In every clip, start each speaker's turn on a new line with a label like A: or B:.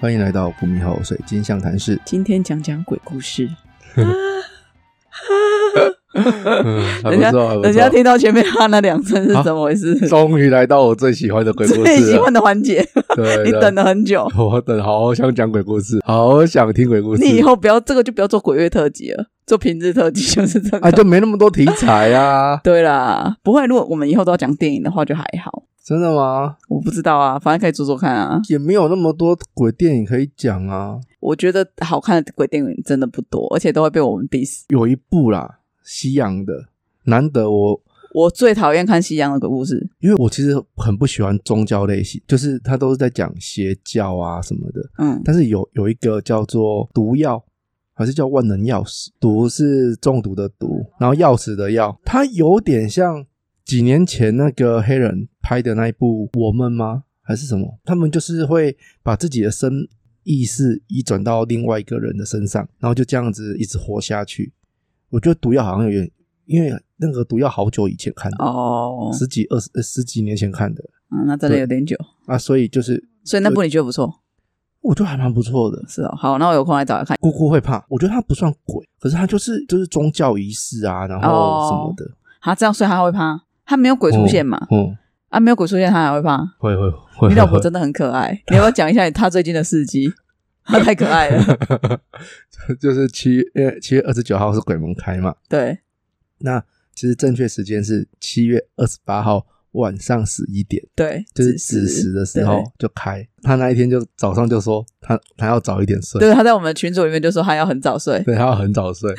A: 欢迎来到不猕猴水晶象谈室。
B: 今天讲讲鬼故事，
A: 嗯，还
B: 人
A: 不
B: 家
A: 错，还不
B: 人家
A: 错。
B: 听到前面他那两声是
A: 好
B: 怎么回事？
A: 终于来到我最喜欢的鬼故
B: 最
A: 事
B: 喜欢
A: 了。
B: 的环节，
A: 对，啊
B: 你
A: 对
B: 等了很久。
A: 我等，好想讲鬼故事，好想听鬼故事。
B: 你以后不要这个就不要做鬼月特辑了，做平日特辑就是这个。？
A: 啊，就没那么多题材啊
B: 对啦，不会。如果我们以后都要讲电影的话，就还好。
A: 真的吗？
B: 我不知道啊，反正可以做做看啊。
A: 也没有那么多鬼电影可以讲啊。
B: 我觉得好看的鬼电影真的不多，而且都会被我们逼死。
A: 有一部啦，西洋的，难得我，
B: 我最讨厌看西洋的鬼故事，
A: 因为我其实很不喜欢宗教类型，就是他都是在讲邪教啊什么的。
B: 嗯，
A: 但是有有一个叫做毒药，还是叫万能钥匙？毒是中毒的毒，然后钥匙的钥，它有点像几年前那个黑人拍的那一部《我们》吗？还是什么？他们就是会把自己的身意识移转到另外一个人的身上，然后就这样子一直活下去。我觉得毒药好像有点，因为那个毒药好久以前看的，
B: 哦，
A: 十几二十呃十几年前看的
B: 嗯，那真的有点久，
A: 啊，所以就是
B: 所以那部你觉得不错，
A: 我觉得还蛮不错的。
B: 是哦。好，那我有空来找来看。
A: 姑姑会怕，我觉得她不算鬼，可是她就是就是宗教仪式啊，然后什么的。
B: 好，这样所以他会怕，他没有哦鬼出现嘛？
A: 嗯，
B: 啊，没有鬼出现，他还会怕。
A: 会会会
B: 你老婆真的很可爱，你要不要讲一下你她最近的 事迹？她太可爱了。
A: 的就是七月七月二十九号是鬼门开嘛，
B: 对，
A: 那其实正确时间是七月二十八号晚上十一点，
B: 对，
A: 就是
B: 子
A: 子时的时候就开。她那一天就早上就说她她要早一点睡，
B: 对，对，他在我们群组里面就说他要很早睡，
A: 对，她要很早 睡，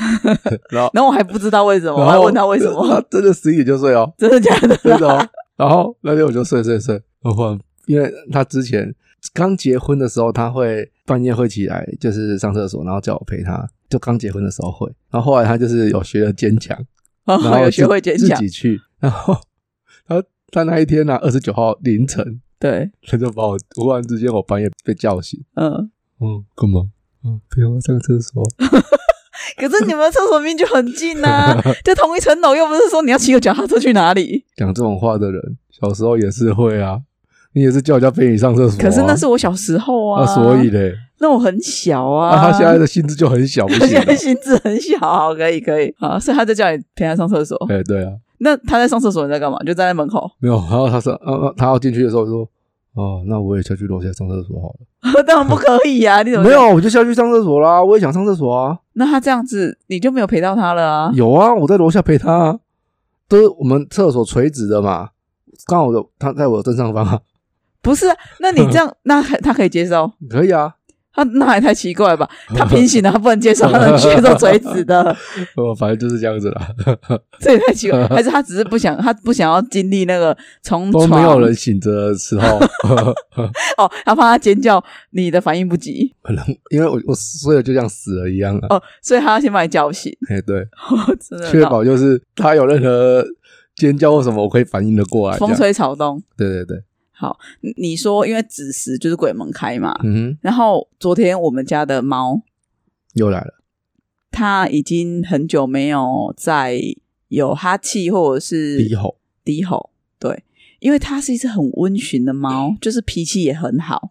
A: 然后
B: 然后我还不知道为什么，
A: 然
B: 我还
A: 后
B: 问他为什么，
A: 她真的十一点就睡哦，
B: 真的假 的？
A: 真的哦。然后那天我就睡睡睡，我忽然因为他之前刚结婚的时候，他会半夜会起来，就是上厕所，然后叫我陪他。就刚结婚的时候会，然后后来他就是有学了坚强，
B: 然
A: 然
B: 后
A: 后
B: 哦有
A: 自
B: 学会坚
A: 自
B: 强，
A: 己去，然后他他那一天呢、啊，二十九号凌晨，
B: 对，
A: 他就把我忽然之间我半夜被叫醒，
B: 嗯。
A: 嗯，干嘛？嗯，陪我上厕所，
B: 可是你们厕所明明就很近呐、就同一层楼，又不是说你要骑个脚踏车去哪里。
A: 讲这种话的人，小时候也是会啊，你也是叫人家陪你上厕所啊、
B: 可是那是我小时候 啊，
A: 啊，所以嘞，
B: 那我很小啊。
A: 啊，他现在的心智就很小，不
B: 他
A: 行
B: 现
A: 了
B: 在。心智很小，好可以可以啊，所以他在叫你陪他上厕所。
A: 哎，对啊，
B: 那他在上厕所，你在干嘛？就站在门口。
A: 没有。然后他说，呃、啊，他要进去的时候说，哦，那我也下去楼下上厕所好了。
B: 当然不可以呀、你怎么
A: 没？有，我就下去上厕所啦。我也想上厕所啊。
B: 那他这样子，你就没有陪到他了啊？
A: 有啊，我在楼下陪他、啊，都是我们厕所垂直的嘛，刚好有他在我的正上方啊，
B: 不是啊，那你这 样，那还他可以接受？
A: 可以啊。
B: 他那也太奇怪 了吧？他平行的，他不能接受，他能接受垂直的，
A: 呃，反正就是这样子啦，
B: 这也太奇怪。还是他只是不想，他不想要经历那个从
A: 都没有
B: 床
A: 人醒着的时候，
B: 哦，他怕他尖叫，你的反应不及
A: 可能因为我我睡了就像死了一样啊。
B: 哦，所以他要先把你叫醒。
A: 哎，对，
B: 哦、真的
A: 确保就是他有任何尖叫或什么，我可以反应的过来。这
B: 风
A: 样
B: 吹草动。
A: 对对对，
B: 你你说，因为子时就是鬼门开嘛，
A: 嗯哼，
B: 然后昨天我们家的猫，
A: 又来了，
B: 它已经很久没有在有哈气或者是
A: 低吼。
B: 低吼，对，因为它是一只很温驯的猫，就是脾气也很好，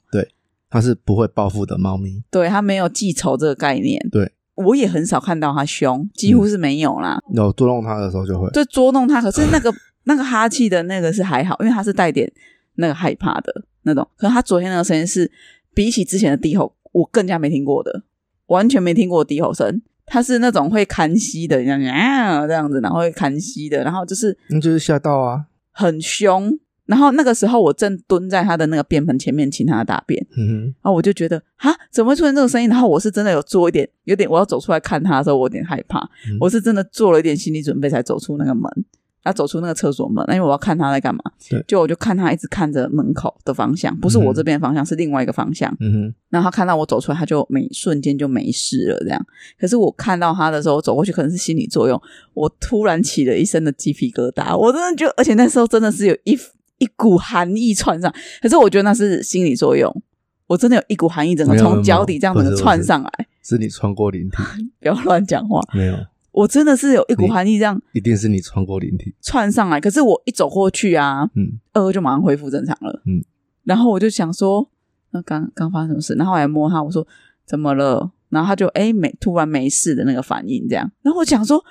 A: 它是不会报复的猫咪。
B: 对，它没有记仇这个概念，
A: 对。嗯
B: 我也很少看到它凶，几乎是没有啦。
A: 有捉弄它的时候就会，
B: 就捉弄它，可是那个那个哈气的那个是还好，因为它是带点那个害怕的那种。可是它昨天那个声音是比起之前的低吼，我更加没听过的，完全没听过低吼声。它是那种会看息的，这样啊这样子，然后会看息的，然后就是
A: 那就是吓到啊。
B: 很凶。然后那个时候我正蹲在它的那个便盆前面请它大便，
A: 嗯
B: 然后我就觉得啊，怎么会出现这种声音？然后我是真的有做一点，有点我要走出来看他的时候，我有点害怕，
A: 嗯
B: 我是真的做了一点心理准备才走出那个门，要走出那个厕所门，因为我要看他在干嘛
A: 对。嗯
B: 就我就看他一直看着门口的方向，不是我这边的方向，是另外一个方向。
A: 哼，嗯
B: 然后他看到我走出来，他就没瞬间就没事了这样。可是我看到他的时候，我走过去可能是心理作用，我突然起了一身的鸡皮疙瘩。我真的觉得，而且那时候真的是有一一股寒意窜上，可是我觉得那是心理作用。我真的有一股寒意，整个
A: 没有没有
B: 从脚底这样整
A: 不
B: 个
A: 是
B: 窜上来
A: 哼，。是你穿过灵体，
B: 不要乱讲话，
A: 没有，
B: 我真的是有一股
A: 你
B: 寒意这样
A: 一定是你穿过灵体。
B: 窜上来。可是我一走过去啊，
A: 嗯
B: 二就马上恢复正常了。
A: 嗯，
B: 然后我就想说，那刚刚发生什么事？然后我还摸他，我说怎么了？然后他就哎、诶没突然没事的那个反应这样。然后我想说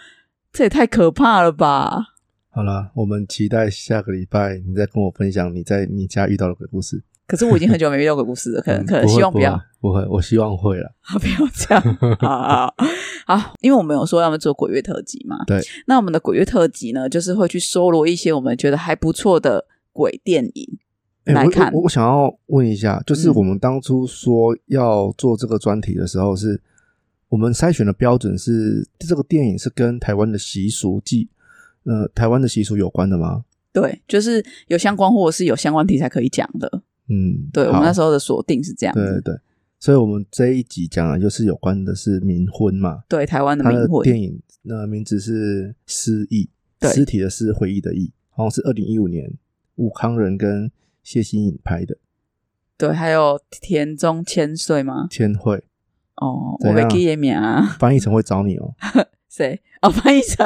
B: 这也太可怕了吧？
A: 好啦，我们期待下个礼拜你再跟我分享你在你家遇到的鬼故事。
B: 可是我已经很久没遇到鬼故事 了，可能可能
A: 嗯会
B: 希望不
A: 会
B: 要。
A: 不会，我希望会了。
B: 啊，不要这样 好好好，因为我们有说要做鬼月特辑嘛，
A: 对，
B: 那我们的鬼月特辑呢，就是会去搜罗一些我们觉得还不错的鬼电影。
A: 哎
B: 来
A: 我
B: 看
A: 我我想要问一下，就是
B: 嗯
A: 我们当初说要做这个专题的时候是，我们筛选的标准是这个电影是跟台湾的习俗记，呃，台湾的习俗有关的吗？
B: 对，就是有相关或者是有相关题材可以讲的。
A: 嗯，
B: 对我们那时
A: 候，
B: 候的锁定是这样
A: 对对
B: 子，
A: 对，所以我们这一集讲的就是有关的是冥婚嘛，
B: 对台湾的
A: 它
B: 名
A: 的
B: 讳，
A: 电影呃名字是《失忆》，
B: 对
A: 尸体的尸，回忆的忆，好像是二零一五年武康人跟谢欣颖拍的《
B: 对，还有田中千岁吗？
A: 千惠》，
B: 哦，
A: 怎
B: 我
A: 样
B: 没记得名啊，
A: 翻译成会找你 哦。
B: 谁？哦，翻译成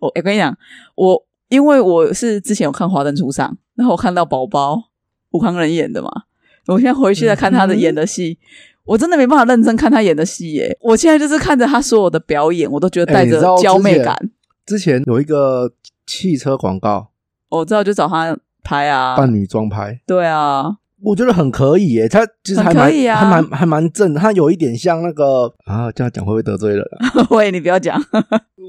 B: 我，我跟你讲，我因为我是之前有看《华灯初上》，然后我看到宝宝吴康仁演的嘛，我现在回去再看
A: 嗯
B: 他的演的戏，我真的没办法认真看他演的戏耶。我现在就是看着他所有的表演，我都觉得带
A: 哎你
B: 着
A: 知道
B: 娇媚
A: 之前
B: 感。
A: 之前有一个汽车广告，
B: 我知道就找他拍啊，
A: 扮女装拍，
B: 对啊，
A: 我觉得很可以耶，它其实还蛮
B: 很可以啊
A: 还蛮还蛮正的，它有一点像那个啊，这样讲会不会得罪人啊？
B: 喂，你不要讲，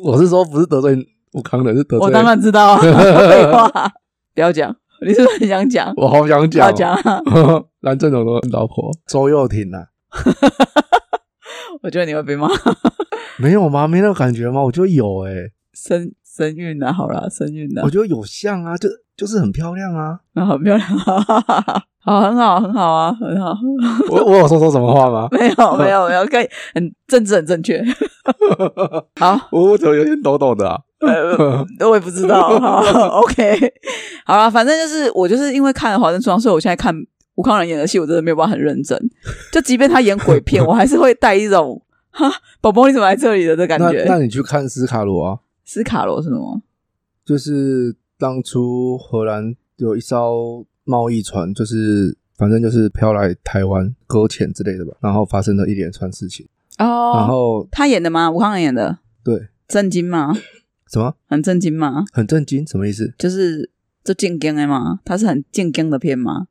A: 我是说不是得罪武康人，是得罪
B: 我当然知道啊， 废 话，不要讲，你是不是很想讲？
A: 我好想
B: 不
A: 讲
B: 要
A: 哦，
B: 讲啊，
A: 蓝正龙的老婆周又廷啊，
B: 我觉得你会被骂。
A: 没有吗？没那个感觉吗？我觉得有哎，
B: 身身孕啊，好啦，身孕啊
A: 我，觉得有像啊，就就是很漂亮啊。
B: 那好漂亮， 好，很好，很好啊，很好，
A: 我我有说错什么话吗？
B: 没有，没有，没有，可以，很政治很正确， 好，
A: 我我怎么有点抖抖的啊？
B: 呃，我也不知道， 好，OK，好了，反正就是我就是因为看了《华灯初上》，所以我现在看吴康仁演的戏，我真的没有办法很认真，就即便他演鬼片，我还是会带一种 哈，宝宝你怎么来这里的的感
A: 那那
B: 觉。
A: 你去看斯卡罗啊，
B: 斯卡罗是什么？
A: 就是当初荷兰有一艘贸易船，就是反正就是飘来台湾搁浅之类的吧，然后发生了一连串事情，然
B: 哦，
A: 后
B: 他演的吗？吴康仁演的，
A: 对
B: 震惊吗？
A: 什么
B: 很震惊吗？
A: 很震惊，什么意思？
B: 就是就进京的嘛，它是很进京的片吗？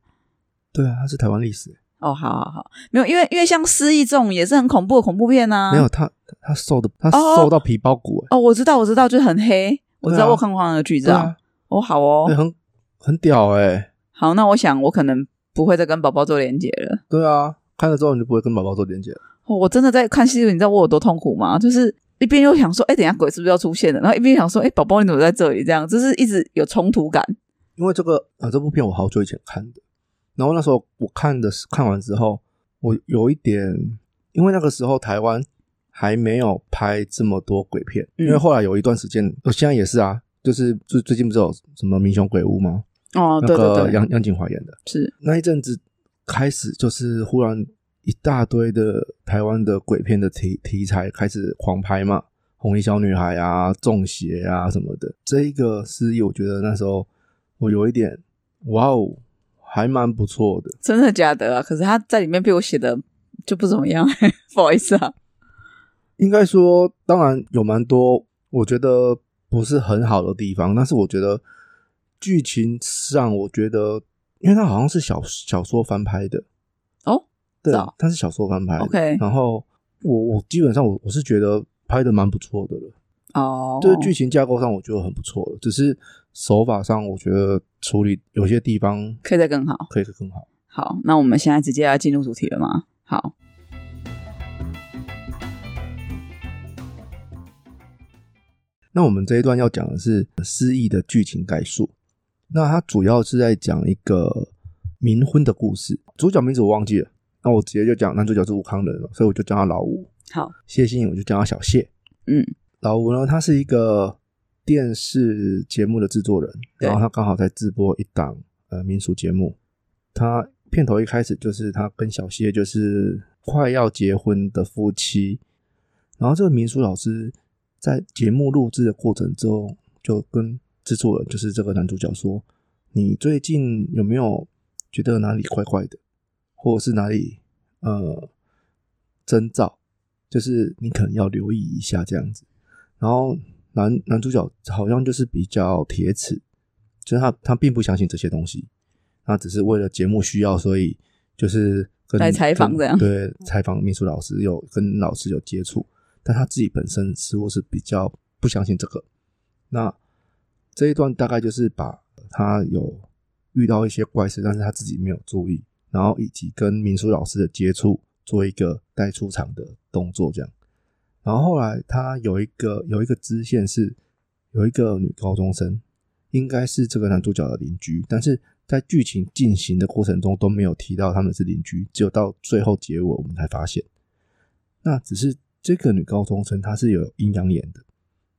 A: 对啊，它是台湾历史，
B: 哦，好好好，没有，因为因为像失忆这种也是很恐怖的恐怖片啊。
A: 没有他他瘦的他
B: 哦
A: 瘦到皮包骨、欸，
B: 哦，我知道，我知道，就是很黑，我知道
A: 对啊
B: 我看过那个剧
A: 对
B: 照。
A: 啊，
B: 哦，好哦
A: 对，，很很屌哎、
B: 好，那我想我可能不会再跟宝宝做连接了。
A: 对啊，看了之后你就不会跟宝宝做连接了，
B: 哦我真的在看戏，你知道我有多痛苦吗？就是一边又想说，哎，等一下鬼是不是要出现了？然后一边又想说，哎，宝宝你怎么在这里？这样就是一直有冲突感。
A: 因为这个啊这部片我好久以前看的，然后那时候我看的是看完之后，我有一点，因为那个时候台湾还没有拍这么多鬼片，
B: 嗯
A: 因为后来有一段时间，我现在也是啊，就是最最近不是有什么《民雄鬼屋》吗？
B: 哦，对对
A: 那个
B: 对，
A: 杨杨景华演的
B: 是
A: 那一阵子开始，就是忽然一大堆的台湾的鬼片的题题材开始狂拍嘛，《红衣小女孩》啊，《中邪》啊什么的。这一个失忆，我觉得那时候我有一点，哇哦，还蛮不错的。
B: 真的假的啊？可是他在里面被我写的就不怎么样， 不好意思啊。
A: 应该说，当然有蛮多我觉得不是很好的地方，但是我觉得剧情上，我觉得因为它好像是小小说翻拍的
B: 哦，
A: 对
B: 是哦，
A: 它是小说翻拍的。
B: OK
A: 然后我我基本上我我是觉得拍的蛮不错的了，
B: 哦，
A: 就是剧情架构上我觉得很不错了，只是手法上我觉得处理有些地方
B: 可以再更好。
A: 可以更好。
B: 好，那我们现在直接要进入主题了吗？好，
A: 那我们这一段要讲的是《失忆》的剧情概述。那它主要是在讲一个冥婚的故事，主角名字我忘记了。那我直接就讲男主角是武康人了，哦所以我就叫他老吴。
B: 好，
A: 谢欣颖我就叫他小谢。
B: 嗯，
A: 老吴呢，他是一个电视节目的制作人，
B: 对
A: 然后他刚好在制播一档呃民俗节目。他片头一开始就是他跟小谢就是快要结婚的夫妻，然后这个民俗老师在节目录制的过程之后，就跟制作人就是这个男主角说：“你最近有没有觉得哪里怪怪的，或者是哪里呃征兆，就是你可能要留意一下这样子。然后男男主角好像就是比较铁齿，就是他他并不相信这些东西，他只是为了节目需要，所以就是跟
B: 来采访
A: 跟
B: 这样
A: 对，采访秘书老师有跟老师有接触，但他自己本身似乎是比较不相信这个。那这一段大概就是把他有遇到一些怪事，但是他自己没有注意，然后以及跟民俗老师的接触做一个带出场的动作这样。然后后来他有一个有一个支线是有一个女高中生，应该是这个男主角的邻居，但是在剧情进行的过程中都没有提到他们是邻居，只有到最后结尾我们才发现。那只是这个女高中生她是有阴阳眼的，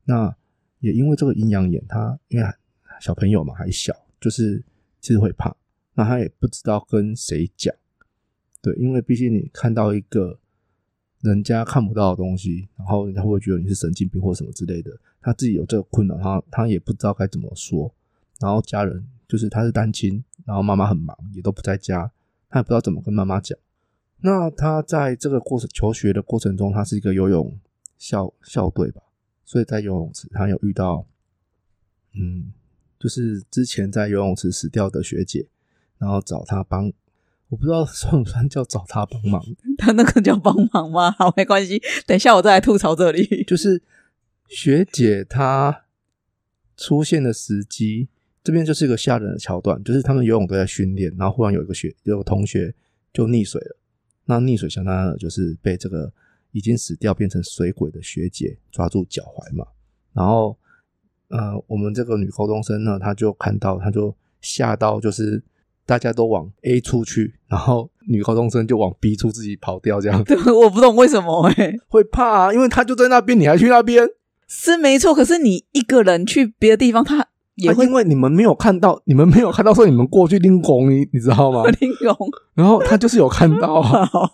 A: 那也因为这个阴阳眼，她因为还小朋友嘛还小，就是其实会怕，那她也不知道跟谁讲。对，因为毕竟你看到一个人家看不到的东西，然后人家会不会觉得你是神经病或什么之类的？他自己有这个困扰，他他也不知道该怎么说。然后家人就是他是单亲，然后妈妈很忙，也都不在家，他也不知道怎么跟妈妈讲。那他在这个过程求学的过程中，他是一个游泳校校队吧，所以在游泳池他有遇到，嗯，就是之前在游泳池死掉的学姐，然后找他帮，我不知道算不算叫找他帮忙，
B: 他那个叫帮忙吗？ 好，没关系，等一下我再来吐槽这里。
A: 就是学姐她出现的时机，这边就是一个吓人的桥段，就是他们游泳都在训练，然后忽然有一个学有个同学就溺水了。那溺水相当的就是被这个已经死掉变成水鬼的学姐抓住脚踝嘛，然后呃，我们这个女高中生呢，她就看到，她就吓到，就是大家都往 A 处去，然后女高中生就往 B 处自己跑掉，这样
B: 对，我不懂为什么哎、
A: 会怕啊，因为她就在那边，你还去那边。
B: 是没错，可是你一个人去别的地方，他也
A: 啊
B: 会？
A: 因为你们没有看到，你们没有看到，所以你们过去拎拱你，你知道吗
B: 听 懂。
A: 然后他就是有看到啊，
B: 好，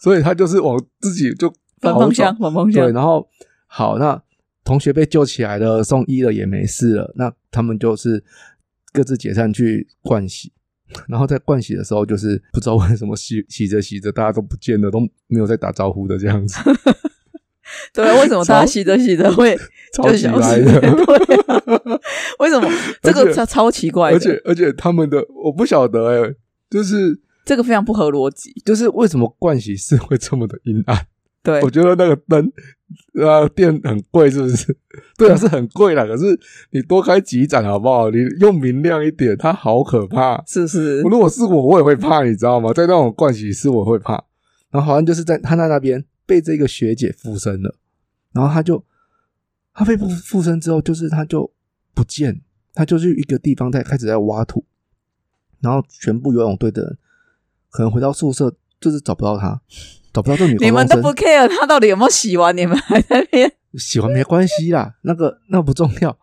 A: 所以他就是往自己就
B: 反
A: 跑
B: 方
A: 走
B: 向，反方
A: 对，
B: 向。
A: 然后好，那同学被救起来了，送医了也没事了，那他们就是各自解散去盥洗。然后在盥洗的时候，就是不知道为什么洗洗着洗着，大家都不见了，都没有在打招呼的这 样子，
B: 对，为什么大家洗着洗着会
A: 超
B: 就
A: 级
B: 消
A: 来
B: 失？
A: 的。
B: 对啊，为 什么这
A: 而
B: 个
A: 且
B: 超超 奇怪的？
A: 而且而且他们的我不晓得哎、就是
B: 这个非常不合逻辑。
A: 就是为什么盥洗室会这么的阴暗？
B: 对
A: 我，觉得那个灯，呃，电很贵，是不是？ 对啊，是很贵啦。可是你多开几盏好不好？你用明亮一点，它好可怕。
B: 是不是？
A: 如果是我，我也会怕，你知道吗？在那种盥洗室，我会怕。然后好像就是在他在那边被这个学姐附身了，然后他就他被附附身之后，就是他就不见，他就去一个地方在开始在挖土，然后全部游泳队的人可能回到宿舍就是找不到他，找不到这个女高
B: 你们
A: 中
B: 都
A: 生
B: 不 care 他到底有没有洗完，你们还在那边
A: 喜欢没关系啦，那个那不重要。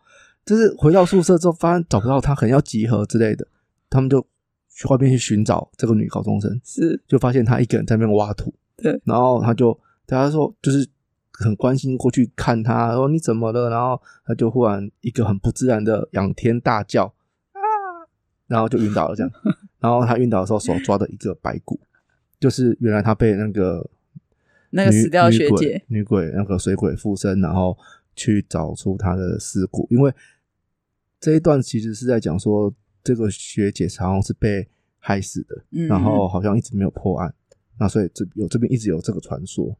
A: 就是回到宿舍之后，发现找不到他，可能要集合之类的，他们就去外面去寻找这个女高中生，
B: 是
A: 就发现她一个人在那边挖土。
B: 对，
A: 然后他就大家说就是很关心过去看她，说你怎么了？然后他就忽然一个很不自然的仰天大叫啊，然后就晕倒了 这样。然后他晕倒的时候手抓的一个白骨，就是原来他被那个
B: 那个
A: 女
B: 死掉的学姐，
A: 女鬼、女鬼那个水鬼附身，然后去找出她的尸骨。因为这一段其实是在讲说，这个学姐好像是被害死的，
B: 嗯，
A: 然后好像一直没有破案，那所以这有这边一直有这个传说。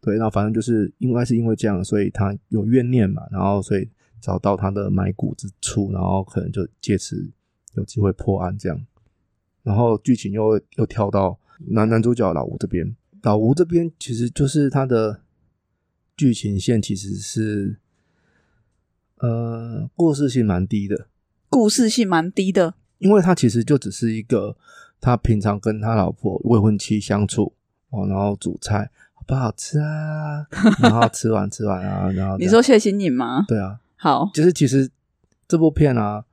A: 对，那反正就是应该是因为这样，所以她有怨念嘛，然后所以找到她的埋骨之处，然后可能就借此有机会破案这样。然后剧情又又跳到男男主角老吴这边，老吴这边其实就是他的剧情线其实是呃故事性蛮低的，
B: 故事性蛮低的，
A: 因为他其实就只是一个他平常跟他老婆未婚妻相处哦，然后煮菜好不好吃啊，然后吃完吃完啊，然后这
B: 你
A: 样
B: 说谢欣颖吗？
A: 对啊，
B: 好，
A: 就是其实这部片啊，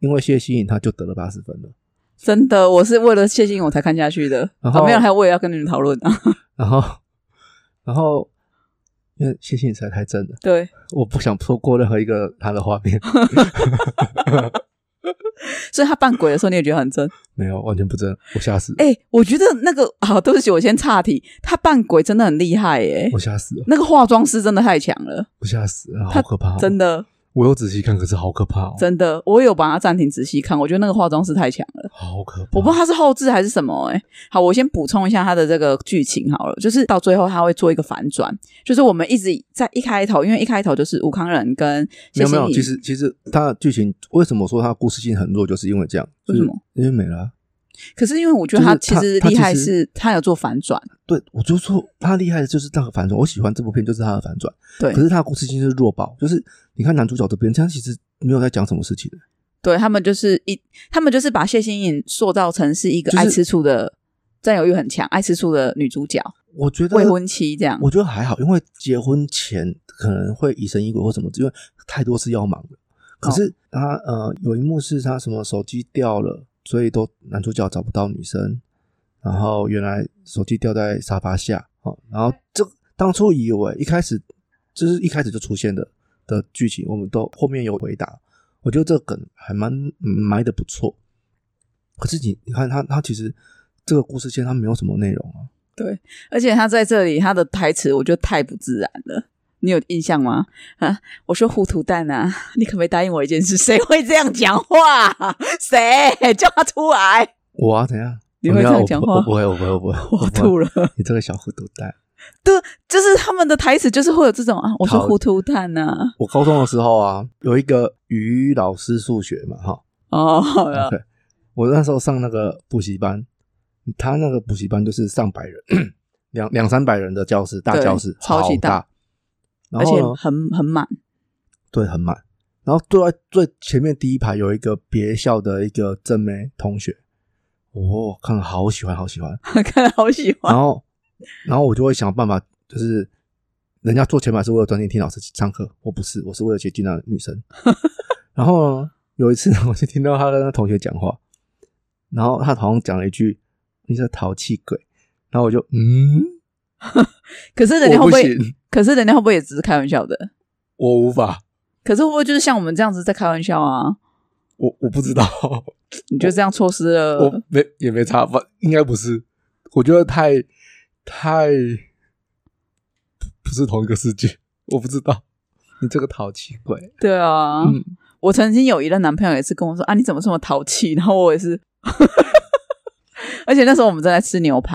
A: 因为谢欣颖她就得了八十分了，
B: 真的，我是为了谢欣颖我才看下去的。
A: 然
B: 啊，
A: 后
B: 没有，还有我也要跟你们讨论啊。
A: 然后然后因为谢欣颖实在太正了。
B: 对，
A: 我不想错过任何一个他的画面。
B: 所以他扮鬼的时候，你也觉得 很真。
A: 没有，完全不真，我吓死了，
B: 哎、我觉得那个好，对不起，我先岔题。他扮鬼真的很厉害耶、
A: 我吓死了，
B: 那个化妆师真的太强了，
A: 我吓死了，好
B: 他
A: 可怕、哦！
B: 真，的
A: 我有仔细看，可是好可怕、哦，
B: 真的，我有把他暂停仔细看，我觉得那个化妆师太强了。
A: 好可怕！哦
B: 我不知道他是后置还是什么哎、好，我先补充一下他的这个剧情好了，就是到最后他会做一个反转，就是我们一直在一开头，因为一开头就是吴康仁跟
A: 没
B: 谢
A: 有没
B: 欣
A: 有，
B: 怡
A: 其实其实它的剧情为什么说它的故事性很弱，就是因为这样，
B: 为什么？
A: 因为没了啊。
B: 可是因为我觉
A: 就是
B: 得他其
A: 他
B: 实
A: 他
B: 厉
A: 其
B: 害
A: 实
B: 是他有做反转，
A: 对，我就说他厉害的就是那个反转，我喜欢这部片就是他的反转。
B: 对
A: 可是他的故事性是弱爆，就是你看男主角这边，他其实没有在讲什么事情的，
B: 对他们就是一，他们就是把谢欣颖塑造成是一个
A: 就是
B: 爱吃醋的、占有欲很强、爱吃醋的女主角，
A: 我觉得
B: 未婚妻这样。
A: 我觉得还好，因为结婚前可能会疑神疑鬼或什么，因为太多事要忙了。可是他、呃，有一幕是他什么手机掉了，所以都男主角找不到女生，然后原来手机掉在沙发下，哦，然后这当初以为一开始就是一开始就出现的的剧情，我们都后面有回答，我觉得这个梗还蛮嗯埋的不错。可是你你看他他其实这个故事线他没有什么内容啊，
B: 而且她在这里，她的台词我觉得太不自然了。你有印象吗？啊，我说糊涂蛋啊，你可不可以答应我一件事？谁会这样讲话？谁叫他出来？
A: 我啊怎样？
B: 你会
A: 没有
B: 这
A: 我不
B: 样讲话
A: 我不会，我不会， 我不会，
B: 我
A: 不会
B: 吐了。
A: 你这个小糊涂蛋！
B: 就是他们的台词，就是会有这种啊，我说
A: 好
B: 糊涂蛋啊，
A: 我高中的时候啊，有一个于老师数学嘛，哈，
B: 哦，好了，
A: 对，我那时候上那个补习班，他那个补习班就是上百人， 两两三百人的教室，大
B: 对
A: 教室，
B: 超级
A: 好
B: 大
A: 大，然
B: 而且
A: 后呢，
B: 很很满，
A: 对，很满。然后坐在最前面第一排有一个别校的一个正妹同学，我、哦、看了好喜欢，好喜欢。
B: 看了好喜欢
A: 然。后，然后我就会想办法，就是人家坐前排是为了专心听老师上课，我不是，我是为了接近那个女生。然后呢，有一次呢我就听到他跟他同学讲话，然后他好像讲了一句“你是淘气鬼”，然后我就嗯，
B: 可是人家
A: 我不
B: 会不会？
A: 行，
B: 可是人家会不会也只是开玩笑的？
A: 我无法，
B: 可是会不会就是像我们这样子在开玩笑啊？
A: 我我不知道，
B: 你就这样错失了
A: 我没也没差，不应该不是，我觉得太太不是同一个世界，我不知道，你这个淘气鬼。
B: 对啊。
A: 嗯
B: 我曾经有一任男朋友也是跟我说啊，你怎么这么淘气？然后我也是， 而且那时候我们正在吃牛排，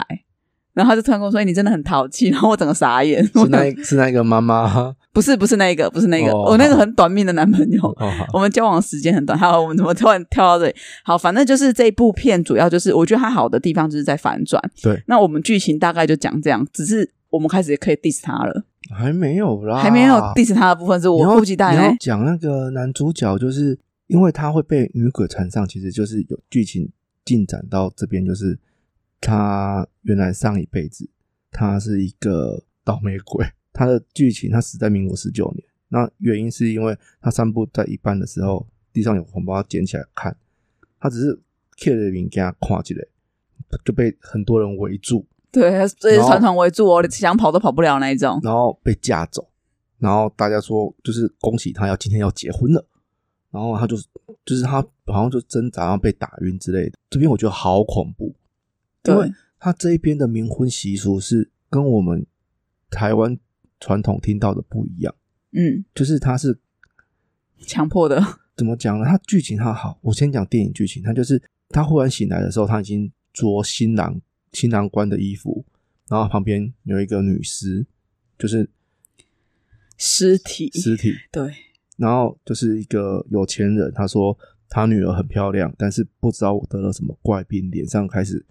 B: 然后他就突然跟我说、哎，你真的很淘气，然后我整个傻眼。 我哦
A: 是那一是那一个妈 妈
B: 不是不是那一个，不是那个，
A: 哦
B: 我那个很短命的男朋友，
A: 哦，好
B: 我们交往时间很短，还有我们怎么突然跳到这里？好，反正就是这一部片主要就是，我觉得它好的地方就是在反转。
A: 对，
B: 那我们剧情大概就讲这样，只是我们开始也可以 diss 他了，
A: 还没有啦，
B: 还没有 diss 他的部分是
A: 你
B: 我
A: 要
B: 迫不及哎待
A: 你
B: 呢
A: 要。讲那个男主角，就是因为他会被女鬼缠上，其实就是有剧情进展到这边，就是他原来上一辈子他是一个倒霉鬼， 他的剧情他死在民国十九年，那原因是因为他散步在一半的时候，地上有红包，他捡起来看，他只是 K 了名给他跨起来，就被很多人围住，
B: 对，这
A: 然
B: 是
A: 后
B: 团团围住我，哦想跑都跑不了那一种。
A: 然后被架走，然后大家说就是恭喜他要今天要结婚了，然后他就是就是他好像就挣扎，然后被打晕之类的。这边我觉得好恐怖，因为
B: 对
A: 他这一边的冥婚习俗是跟我们台湾传统听到的不一样，
B: 嗯，
A: 就是他是
B: 强迫的，
A: 怎么讲呢？他剧情他好，我先讲电影剧情，他就是他忽然醒来的时候，他已经着新郎新郎官的衣服，然后旁边有一个女尸，就是
B: 尸体，
A: 尸体。
B: 对，
A: 然后就是一个有钱人，他说他女儿很漂亮，但是不知道我得了什么怪病，脸上开始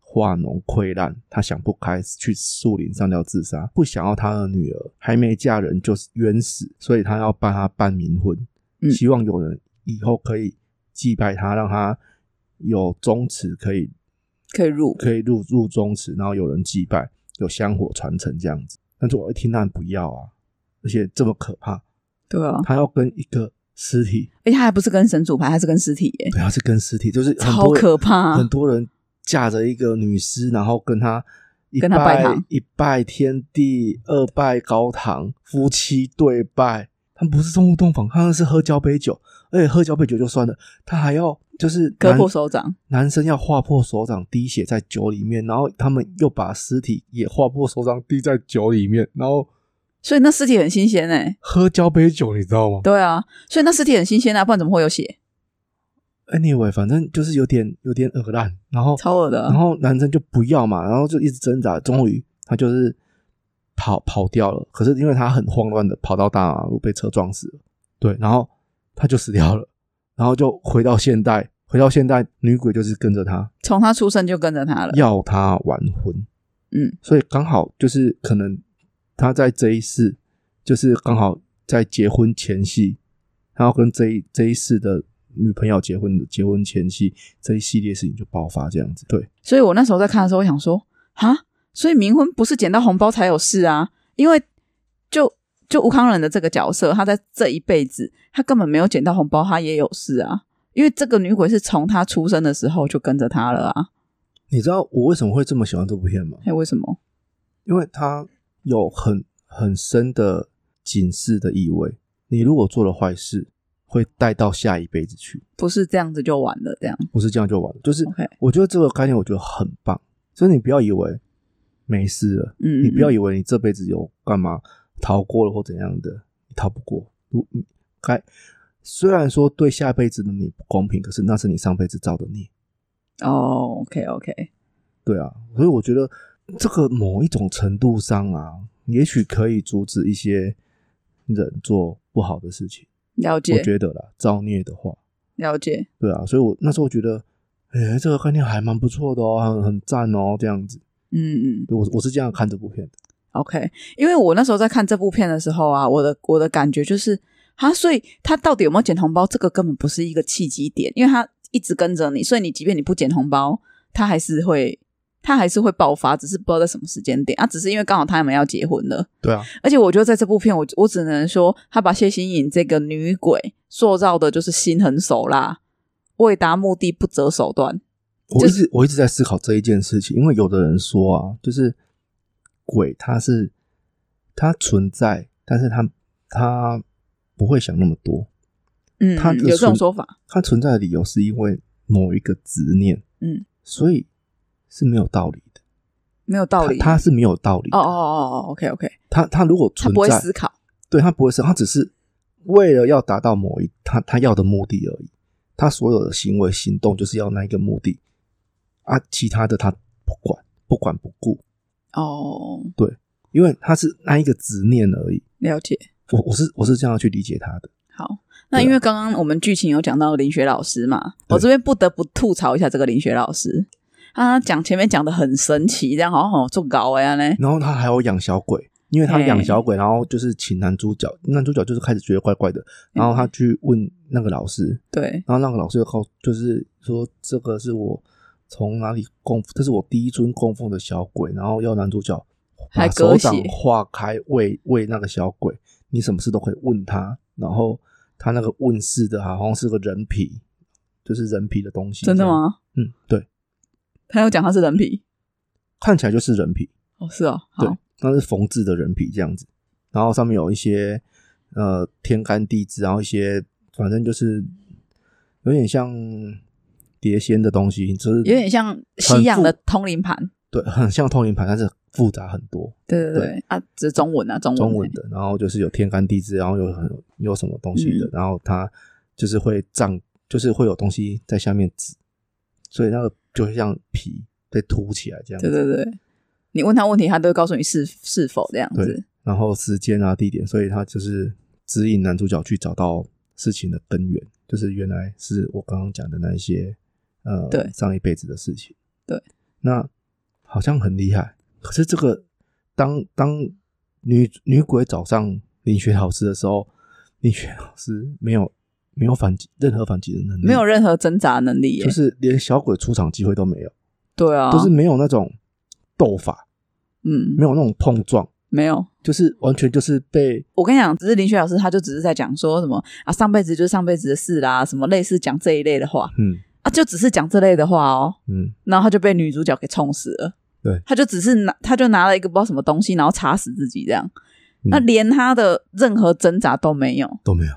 A: 化脓溃烂，他想不开，去树林上吊自杀，不想要他的女儿还没嫁人就冤死，所以他要帮他办冥婚，
B: 嗯
A: 希望有人以后可以祭拜他，让他有宗祠可以
B: 可以入，
A: 可以入入宗祠，然后有人祭拜，有香火传承这样子。但是我一听，当然不要啊，而且这么可怕。
B: 对啊，
A: 他要跟一个尸体，
B: 而且他还不是跟神主牌，他是跟尸体耶，
A: 不要是跟尸体，就是很
B: 超
A: 多人
B: 可怕
A: 很多人架着一个女尸，然后跟他一
B: 跟她拜堂
A: 一拜天地，二拜高堂，夫妻对拜。他们不是中午洞房，他们是喝交杯酒，而且喝交配酒就算了，他还要就是
B: 割破
A: 男
B: 手掌，
A: 男生要划破手掌滴血在酒里面，然后他们又把尸体也划破手掌滴在酒里面，然后
B: 所以那尸体很新鲜哎、
A: 喝交杯酒，你知道吗
B: 对啊，所以那尸体很新鲜啊，不然怎么会有血？
A: ？Anyway，反正就是有点有点恶烂，然后
B: 超恶 的
A: 然
B: 啊，
A: 后男生就不要嘛，然后就一直挣扎，终于他就是跑跑掉了。可是因为他很慌乱的跑到大马路，被车撞死了。对，然后他就死掉了，然后就回到现代，回到现代，女鬼就是跟着他，
B: 从他出生就跟着他了。
A: 要他完婚。
B: 嗯，
A: 所以刚好就是可能他在这一世，就是刚好在结婚前夕，他要跟这一这一世的女朋友结婚的结婚前夕，这一系列事情就爆发这样子。对，
B: 所以我那时候在看的时候，我想说，哈，所以冥婚不是捡到红包才有事啊，因为就就吴康仁的这个角色，他在这一辈子他根本没有捡到红包，他也有事啊，因为这个女鬼是从他出生的时候就跟着他了啊。
A: 你知道我为什么会这么喜欢这部片吗？
B: 哎，为什么？
A: 因为它有很很深的警示的意味。你如果做了坏事，会带到下一辈子去，
B: 不是这样子就完了？这样
A: 不是这样就完了。就是
B: OK，
A: 我觉得这个概念我觉得很棒，所以你不要以为没事了，
B: 嗯，
A: 你不要
B: 嗯
A: 以为你这辈子有干嘛逃过了或怎样的，你逃不过。如你该虽然说对下辈子的你不公平，可是那是你上辈子造的孽。
B: 哦，OK OK，
A: 对啊，所以我觉得这个某一种程度上啊，也许可以阻止一些人做不好的事情。
B: 了
A: 我
B: 解
A: 觉得啦，造孽的话，
B: 了解，
A: 对啊，所以我那时候觉得，哎、这个概念还蛮不错的哦，很很赞哦，这样子。
B: 嗯嗯。
A: 对我我是这样看这部片的。
B: OK，因为我那时候在看这部片的时候啊，我的我的感觉就是，啊，所以他到底有没有捡红包，这个根本不是一个契机点，因为他一直跟着你，所以你即便你不捡红包，他还是会他还是会爆发，只是不知道在什么时间点啊，只是因为刚好他们要结婚了，
A: 对啊，
B: 而且我觉得在这部片我，我只能说，他把谢欣颖这个女鬼塑造的就是心狠手辣，为达目的不择手段，
A: 我一直我一直在思考这一件事情，因为有的人说啊，就是鬼它是它存在，但是它它不会想那么多，
B: 嗯，
A: 他的
B: 有这种
A: 存
B: 说法，
A: 它存在的理由是因为某一个执念，
B: 嗯，
A: 所以是没有道理的，
B: 没有道理，
A: 它它是没有道理的。
B: 哦哦哦哦，OK OK，
A: 它它如果
B: 他
A: 存
B: 不会
A: 在，
B: 思考。
A: 对它不会是，它只是为了要达到某一它它要的目的而已，它所有的行为行动就是要那一个目的啊，其他的它不管不管不顾。
B: 哦，
A: 因为他是那一个执念而已。
B: 了解。
A: 我我是我是这样去理解他的。
B: 好，那因为刚刚我们剧情有讲到林雪老师嘛，
A: 啊对
B: 我这边不得不吐槽一下这个林雪老师，他讲前面讲的很神奇，这样好像好做高呀呢。
A: 然后他还有养小鬼，因为他
B: 嘿
A: 养小鬼，然后就是请男主角，男主角就是开始觉得怪怪的，然
B: 嗯
A: 后他去问那个老师，
B: 对，
A: 然后那个老师又告就是说这个是我从哪里供，这是我第一尊供奉的小鬼，然后要男主角把
B: 还
A: 手
B: 割血
A: 掌化开喂喂那个小鬼，你什么事都可以问他，然后他那个问世的好像是个人皮，就是人皮的东西，
B: 真的？吗？
A: 嗯，对。
B: 他有讲他是人皮，
A: 看起来就是人皮，
B: 哦，是哦，
A: 对
B: 好，，
A: 那是缝制的人皮这样子，然后上面有一些呃天干地支，然后一些反正就是有点像碟仙的东西，就是
B: 有点像西洋的通灵盘，
A: 对，很像通灵盘，但是复杂很多，
B: 对对对啊，这是中文啊，中文，
A: 中文的，然后就是有天干地支，然后有很有什么东西的，
B: 嗯
A: 然后它就是会胀，就是会有东西在下面指，所以那个就会像皮被凸起来这样子
B: 对，对对。你问他问题，他都会告诉你是是否这样
A: 对嗯
B: 子。
A: 然后时间啊、地点，所以他就是指引男主角去找到事情的根源，就是原来是我刚刚讲的那一些呃，
B: 对
A: 上一辈子的事情。
B: 对，
A: 那好像很厉害，可是这个当当女女鬼找上林雪老师的时候，林雪老师没有没有反击任何反击的能力，
B: 没有，任何挣扎能力耶，
A: 就是连小鬼出场机会都没有，
B: 对啊，
A: 就是没有那种斗法，
B: 嗯，
A: 没有那种碰撞，
B: 没有，
A: 就是完全就是被。
B: 我跟你讲，只是林雪老师他就只是在讲说什么啊，上辈子就是上辈子的事啦，什么类似讲这一类的话
A: 嗯
B: 啊，就只是讲这类的话哦，
A: 嗯，
B: 然后他就被女主角给冲死了。
A: 对，
B: 他就只是拿，他就拿了一个不知道什么东西，然后插死自己这样。
A: 嗯
B: 那连他的任何挣扎都没有，
A: 都没有。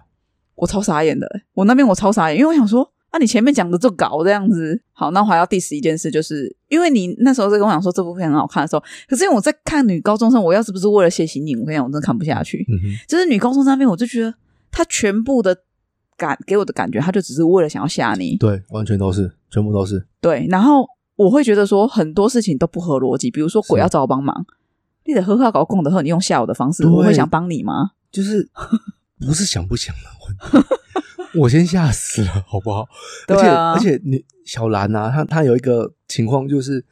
B: 我超傻眼的、欸我那边我超傻眼，因为我想说，啊，你前面讲的就搞这样子，好，那我还要 diss 一件事，就是因为你那时候在跟我讲说这部片很好看的时候，可是因为我在看女高中生，我要是不是为了写刑警，我跟你讲，我真的看不下去。
A: 嗯哼，
B: 就是女高中生那边，我就觉得她全部的感给我的感觉，她就只是为了想要吓你，
A: 对，完全都是，全部都是，
B: 对，然后我会觉得说很多事情都不合逻辑，比如说鬼要找我帮忙，你得喝喝搞供的喝，你用吓我的方式，
A: 对
B: 我会想帮你吗？
A: 就是 不是想不想的问题。我先吓死了，好不好？
B: 对啊
A: 而且而且你小兰啊，她她有一个情况就是，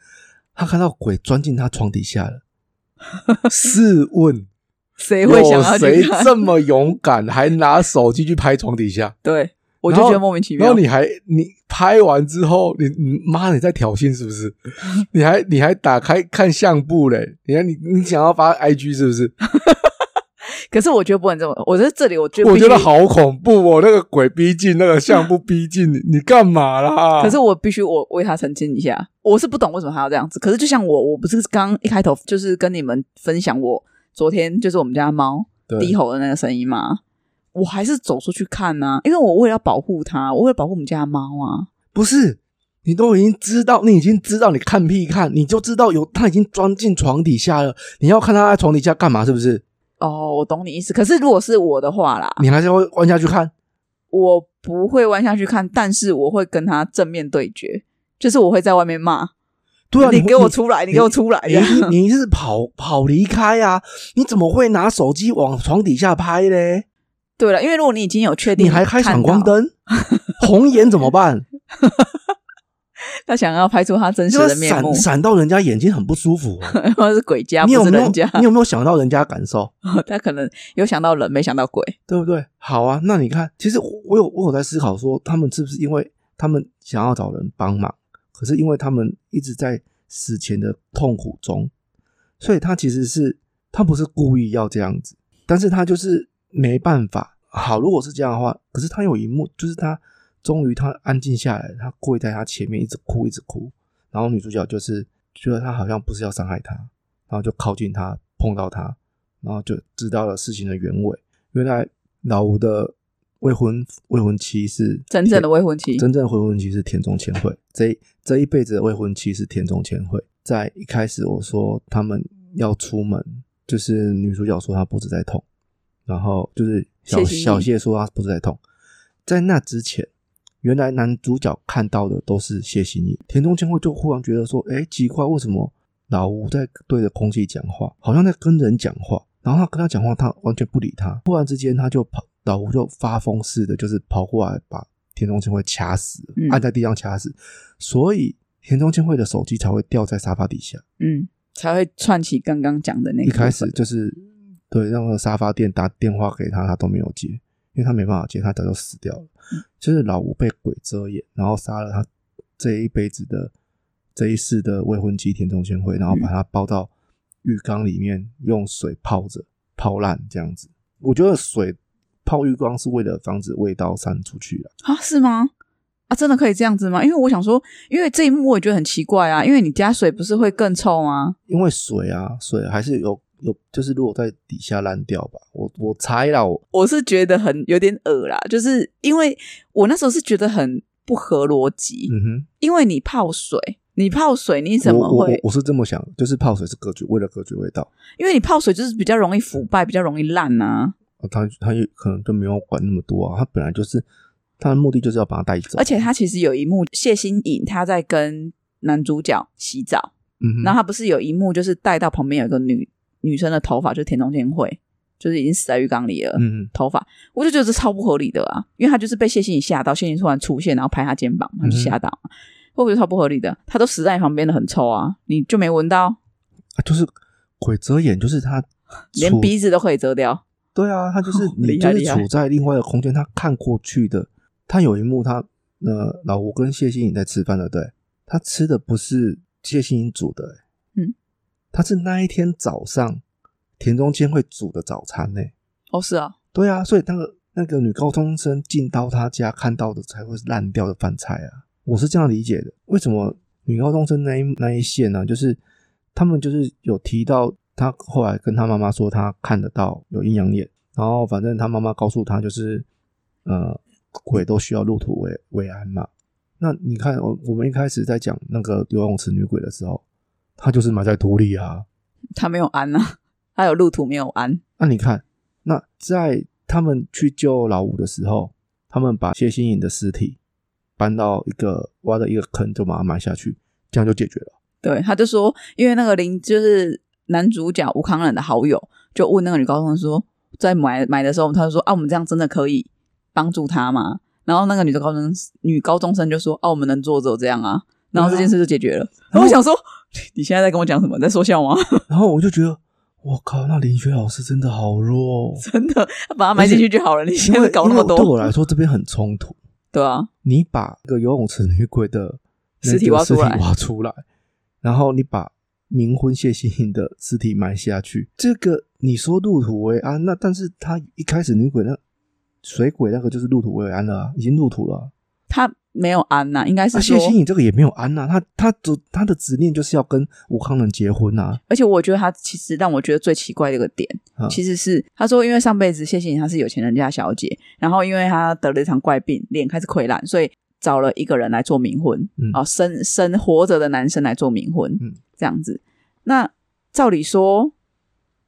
A: 她看到鬼钻进她床底下 了。试问，
B: 谁会想
A: 有
B: 要
A: 谁
B: 去看？
A: 这么勇敢，还拿手机去拍床底下？
B: 对，我就觉得莫名其
A: 然
B: 妙
A: 后。你还你拍完之后，你你妈你在挑衅是不是？你还你还打开看相簿嘞？你看你你想要发 IG 是不是？
B: 可是我觉得不能这么，我在这里我觉得
A: 我
B: 必须
A: 觉得，好恐怖哦！那个鬼逼近，那个相 簿逼近，你你干嘛啦？
B: 可是我必须我为他澄清一下，我是不懂为什么他要这样子。可是就像我，我不是刚一开头就是跟你们分享我昨天就是我们家猫低
A: 对
B: 吼的那个声音吗？我还是走出去看呐、因为我为了要保护它，我为了保护我们家的猫啊。
A: 不是你都已经知道，你已经知道你看屁看，你就知道有他已经钻进床底下了。你要看他在床底下干嘛？是不是？
B: 哦，我懂你意思。可是如果是我的话啦，
A: 你还是会弯下去看？
B: 我不会弯下去看，但是我会跟他正面对决，就是我会在外面骂，
A: 对啊，
B: 你
A: 会
B: 给我出来，你给我出来，这
A: 你
B: 样
A: 你是跑跑离开啊？你怎么会拿手机往床底下拍嘞？
B: 对了，因为如果你已经有确定，
A: 你还开闪光，灯，红眼怎么 办？
B: 他想要拍出他真实
A: 就
B: 的
A: 是
B: 面目
A: 闪，闪到人家眼睛很不舒服、 哦。
B: 或者是鬼家，
A: 你有
B: 不是
A: 没有
B: 人家，
A: 你有没有想到人家感受？
B: 他可能有想到人，没想到鬼。
A: 对不对？好啊，那你看，其实我我有我有在思考说，他们是不是因为他们想要找人帮忙，可是因为他们一直在死前的痛苦中，所以他其实是他不是故意要这样子，但是他就是没办法。好，如果是这样的话，可是他有一幕就是他终于他安静下来，他跪在他前面一直哭一直哭，然后女主角就是觉得他好像不是要伤害他，然后就靠近他碰到他，然后就知道了事情的原委。原来老吴的未婚未婚妻是
B: 真正的未婚妻，
A: 真正的未婚妻是田中千惠，这一这一辈子的未婚妻是田中千惠。在一开始我说他们要出门，就是女主角说她脖子在痛，然后就是小
B: 谢谢你
A: 小谢说她脖子在痛。在那之前，原来男主角看到的都是谢欣颖，田中千惠就忽然觉得说，哎，奇怪，为什么老吴在对着空气讲话，好像在跟人讲话，然后他跟他讲话，他完全不理他。忽然之间，他就跑，老吴就发疯似的，就是跑过来把田中千惠掐死了，
B: 嗯
A: 按在地上掐死，所以田中千惠的手机才会掉在沙发底下。
B: 嗯，才会串起刚刚讲的那个
A: 一
B: 部分。
A: 开始就是对那个沙发店打电话给他，他都没有接，因为他没办法接，他早就死掉了。
B: 嗯
A: 就是老吴被鬼遮眼，然后杀了他这一辈子的这一世的未婚妻田中千惠，然
B: 嗯
A: 后把他抱到浴缸里面用水泡着泡烂这样子。我觉得水泡浴缸是为了防止味道散出去了。
B: 啊，是吗？啊，真的可以这样子吗？因为我想说，因为这一幕我也觉得很奇怪啊，因为你加水不是会更臭吗？
A: 因为水啊，水还是有有，就是如果在底下烂掉吧，我我猜啦，我
B: 我是觉得很有点恶啦，就是因为我那时候是觉得很不合逻辑，
A: 嗯哼，
B: 因为你泡水，你泡水你怎么
A: 我我我
B: 会？
A: 我是这么想，就是泡水是隔绝，为了隔绝味道，
B: 因为你泡水就是比较容易腐败，比较容易烂啊，
A: 啊他他也可能就没有管那么多啊，他本来就是他的目的就是要把它带走，
B: 而且他其实有一幕，谢欣颖她在跟男主角洗澡，
A: 嗯
B: 然
A: 哼，
B: 后他不是有一幕就是带到旁边有一个女女生的头发，就是田中千惠，就是已经死在浴缸里了，
A: 嗯
B: 头发，我就觉得这超不合理的啊，因为他就是被谢欣颖吓到，谢欣颖突然出现，然后拍他肩膀，他就吓到，我觉得超不合理的，他都死在你旁边的，很臭啊，你就没闻到，
A: 啊就是鬼遮眼，就是他
B: 连
A: 处
B: 鼻子都可以遮掉，
A: 对啊，他就是你
B: 哦厉
A: 就
B: 害
A: 是
B: 厉害
A: 处在另外的空间，他看过去的，他有一幕他呃老吴跟谢欣颖在吃饭的，对，他吃的不是谢欣颖煮的、欸
B: 嗯，
A: 他是那一天早上田中千惠煮的早餐呢、欸
B: 哦是啊，
A: 对啊，所以那个那个女高中生进到她家看到的才会是烂掉的饭菜啊，我是这样理解的。为什么女高中生那一那一线呢、就是他们就是有提到，她后来跟她妈妈说她看得到有阴阳眼，然后反正她妈妈告诉她就是呃鬼都需要入土为为安嘛。那你看，我我们一开始在讲那个游泳池女鬼的时候，她就是埋在土里啊。
B: 他没有安啊，他有路途没有安，
A: 那你看，那在他们去救老五的时候，他们把谢欣颖的尸体搬到一个挖的一个坑，就把它埋下去，这样就解决了。
B: 对，他就说，因为那个林就是男主角吴康仁的好友，就问那个女高中生说，在买买的时候，他就说啊，我们这样真的可以帮助他吗？然后那个女的高中女高中生就说，哦、啊，我们能做只有这样啊。然后这件事就解决了。
A: 啊
B: 然后我想说，你现在在跟我讲什么？你在说笑吗？
A: 然后我就觉得，我靠，那林雪老师真的好弱哦，
B: 真的，把它埋进去就好了。你现
A: 因
B: 在
A: 为
B: 搞那么
A: 因为对我
B: 多，
A: 来说这边很冲突。
B: 对啊，
A: 你把那个游泳池女鬼的那个
B: 尸体挖出来
A: 尸体挖出来，然后你把冥婚谢欣颖的尸体埋下去，这个你说入土为安，那但是他一开始女鬼那水鬼那个就是入土为安了、啊，已经入土了啊、
B: 他没有安呐、应该
A: 那
B: 是说
A: 啊谢，欣颖这个也没有安呐、啊，他他的他的执念就是要跟吴康仁结婚呐、啊，
B: 而且我觉得他其实让我觉得最奇怪的一个点，
A: 嗯
B: 其实是他说，因为上辈子谢欣颖她是有钱人家小姐，然后因为她得了一场怪病，脸开始溃烂，所以找了一个人来做冥婚，
A: 嗯
B: 啊，生生活着的男生来做冥婚，
A: 嗯
B: 这样子。那照理说，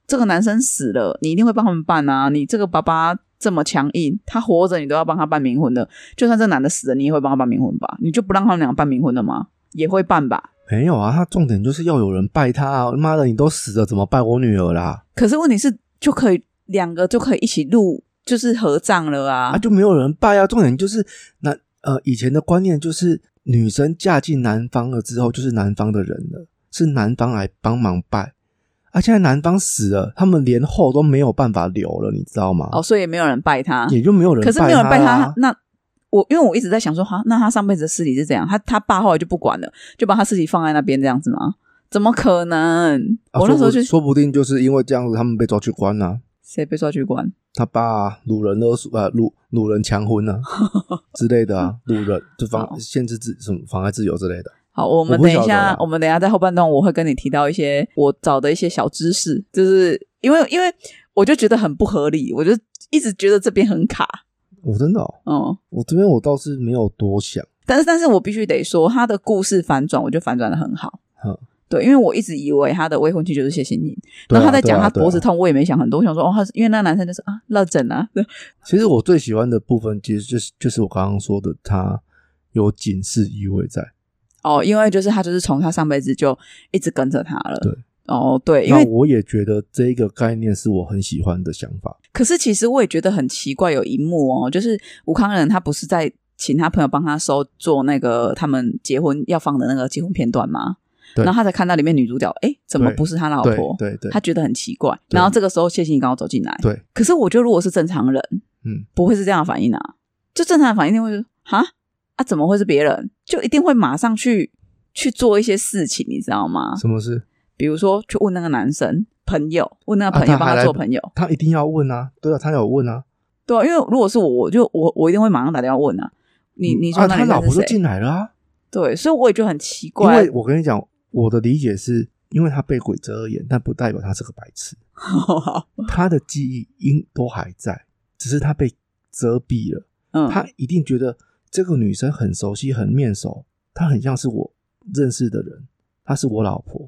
B: 这个男生死了，你一定会帮他们办啊！你这个爸爸这么强硬，他活着你都要帮他办冥婚的，就算这男的死了，你也会帮他办冥婚吧？你就不让他们俩办冥婚的吗？也会办吧？
A: 没有啊，他重点就是要有人拜他啊，妈的，你都死了怎么拜我女儿啦？
B: 可是问题是，就可以两个就可以一起录，就是合葬了啊。
A: 啊，就没有人拜啊。重点就是男呃以前的观念就是女生嫁进男方了之后就是男方的人了，是男方来帮忙拜。啊，现在男方死了，他们连后都没有办法留了，你知道吗？
B: 哦，所以也没有人拜他，
A: 啊也就没有人
B: 可是没有人拜
A: 他啊
B: 他，
A: 啦。
B: 那。我因为我一直在想说，哈，那他上辈子的尸体是怎样？他他爸后来就不管了，就把他尸体放在那边这样子吗？怎么可能？
A: 啊
B: 我那时候就
A: 说不说不定就是因为这样子，他们被抓去关啊了、
B: 谁被抓去关？
A: 他爸啊掳人勒索，呃，掳掳人强婚 啊之类的啊，掳人就
B: 好
A: 妨限制自什么妨碍自由之类的。
B: 好，我们
A: 我不
B: 等一
A: 晓得啊
B: 下
A: 啦，
B: 我们等一下在后半段我会跟你提到一些我找的一些小知识，就是因为因为我就觉得很不合理，我就一直觉得这边很卡，
A: 我真的、哦，
B: 嗯，
A: 我这边我倒是没有多想。
B: 但是但是我必须得说，他的故事反转，我觉得反转的很好
A: 嗯。
B: 对，因为我一直以为他的未婚妻就是谢欣颖，
A: 对
B: 然后
A: 啊
B: 他在
A: 对
B: 讲
A: 啊
B: 他
A: 对啊
B: 脖子痛，我也没想很多，我想说哦，他是因为那个男生就是啊，落枕啊，对
A: 其实我最喜欢的部分，其实就是就是我刚刚说的，它有警示意味在。
B: 哦，因为就是他就是从他上辈子就一直跟着他了，
A: 对，
B: 哦对，因
A: 那
B: 为
A: 我也觉得这一个概念是我很喜欢的想法。
B: 可是其实我也觉得很奇怪，有一幕哦，就是吴康仁他不是在请他朋友帮他收做那个他们结婚要放的那个结婚片段吗？
A: 对
B: 然后他才看到里面女主角，哎，怎么
A: 对
B: 不是他老
A: 对
B: 婆？
A: 对对
B: 他觉得很奇怪。
A: 对
B: 然后这个时候谢欣怡刚好走进来，
A: 对，
B: 可是我觉得如果是正常人，
A: 嗯，
B: 不会是这样的反应啊。就正常的反应一定会说，哈啊，怎么会是别人？就一定会马上去去做一些事情，你知道吗？
A: 什么事？
B: 比如说去问那个男生朋友，问那个朋
A: 啊
B: 友
A: 他
B: 帮
A: 还
B: 他
A: 来
B: 做朋友。
A: 他一定要问啊，对啊，他有问啊。
B: 对啊，因为如果是我，我就我我一定会马上打电话问啊。你你说
A: 啊，
B: 那
A: 他
B: 人家
A: 老
B: 是
A: 婆就
B: 谁
A: 进来了啊。
B: 对，所以我也觉得很奇
A: 因
B: 怪
A: 为。我跟你讲，我的理解是，因为他被鬼遮眼，但不代表他是个白痴，他的记忆应都还在，只是他被遮蔽了。
B: 嗯，
A: 他一定觉得这个女生很熟悉、很面熟，她很像是我认识的人，她是我老婆。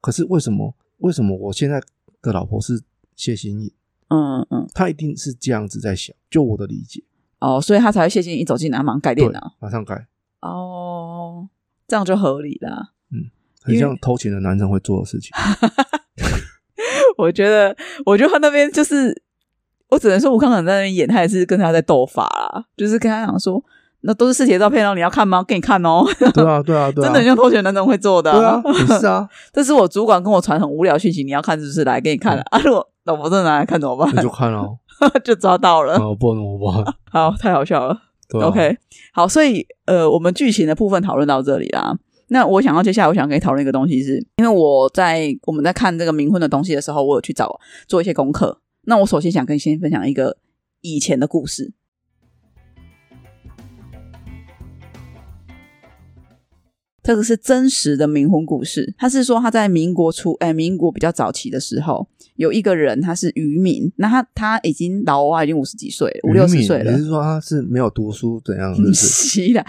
A: 可是为什么？为什么我现在的老婆是谢欣颖？
B: 嗯嗯
A: 她一定是这样子在想，就我的理解。
B: 哦，所以他才会谢欣一走进来马上盖
A: 对
B: 电脑，
A: 马上改，
B: 哦，这样就合理啦。
A: 很
B: 因为
A: 像偷情的男生会做的事 情。
B: 我觉得，我觉得他那边就是，我只能说吴康仁在那边演，他也是跟他在斗法啦，就是跟他讲说，那都是尸体的照片哦，你要看吗？给你看哦，
A: 对啊，对啊，对啊，
B: 真的很像偷选男人会做的、
A: 对啊，也是啊，
B: 这是我主管跟我传很无聊讯息，你要看是不是？来给你
A: 嗯
B: 看了、啊，如果老婆真的拿来看怎么办
A: 那？就看哦，
B: 就抓到了。
A: 啊，不然我吧。
B: 好，太好笑了。
A: 对啊
B: 嗯 OK，好，所以呃，我们剧情的部分讨论到这里啦。那我想要接下来，我想跟你讨论一个东西是，因为我在我们在看这个冥婚的东西的时候，我有去找做一些功课。那我首先想跟你先分享一个以前的故事。这个是真实的冥婚故事。他是说他在民国初，哎，民国比较早期的时候，有一个人他是渔民，那他他已经老啊，已经五十几岁了，五六十岁
A: 你
B: 了，
A: 是说他是没有读书怎 样？是不是？
B: 是啦，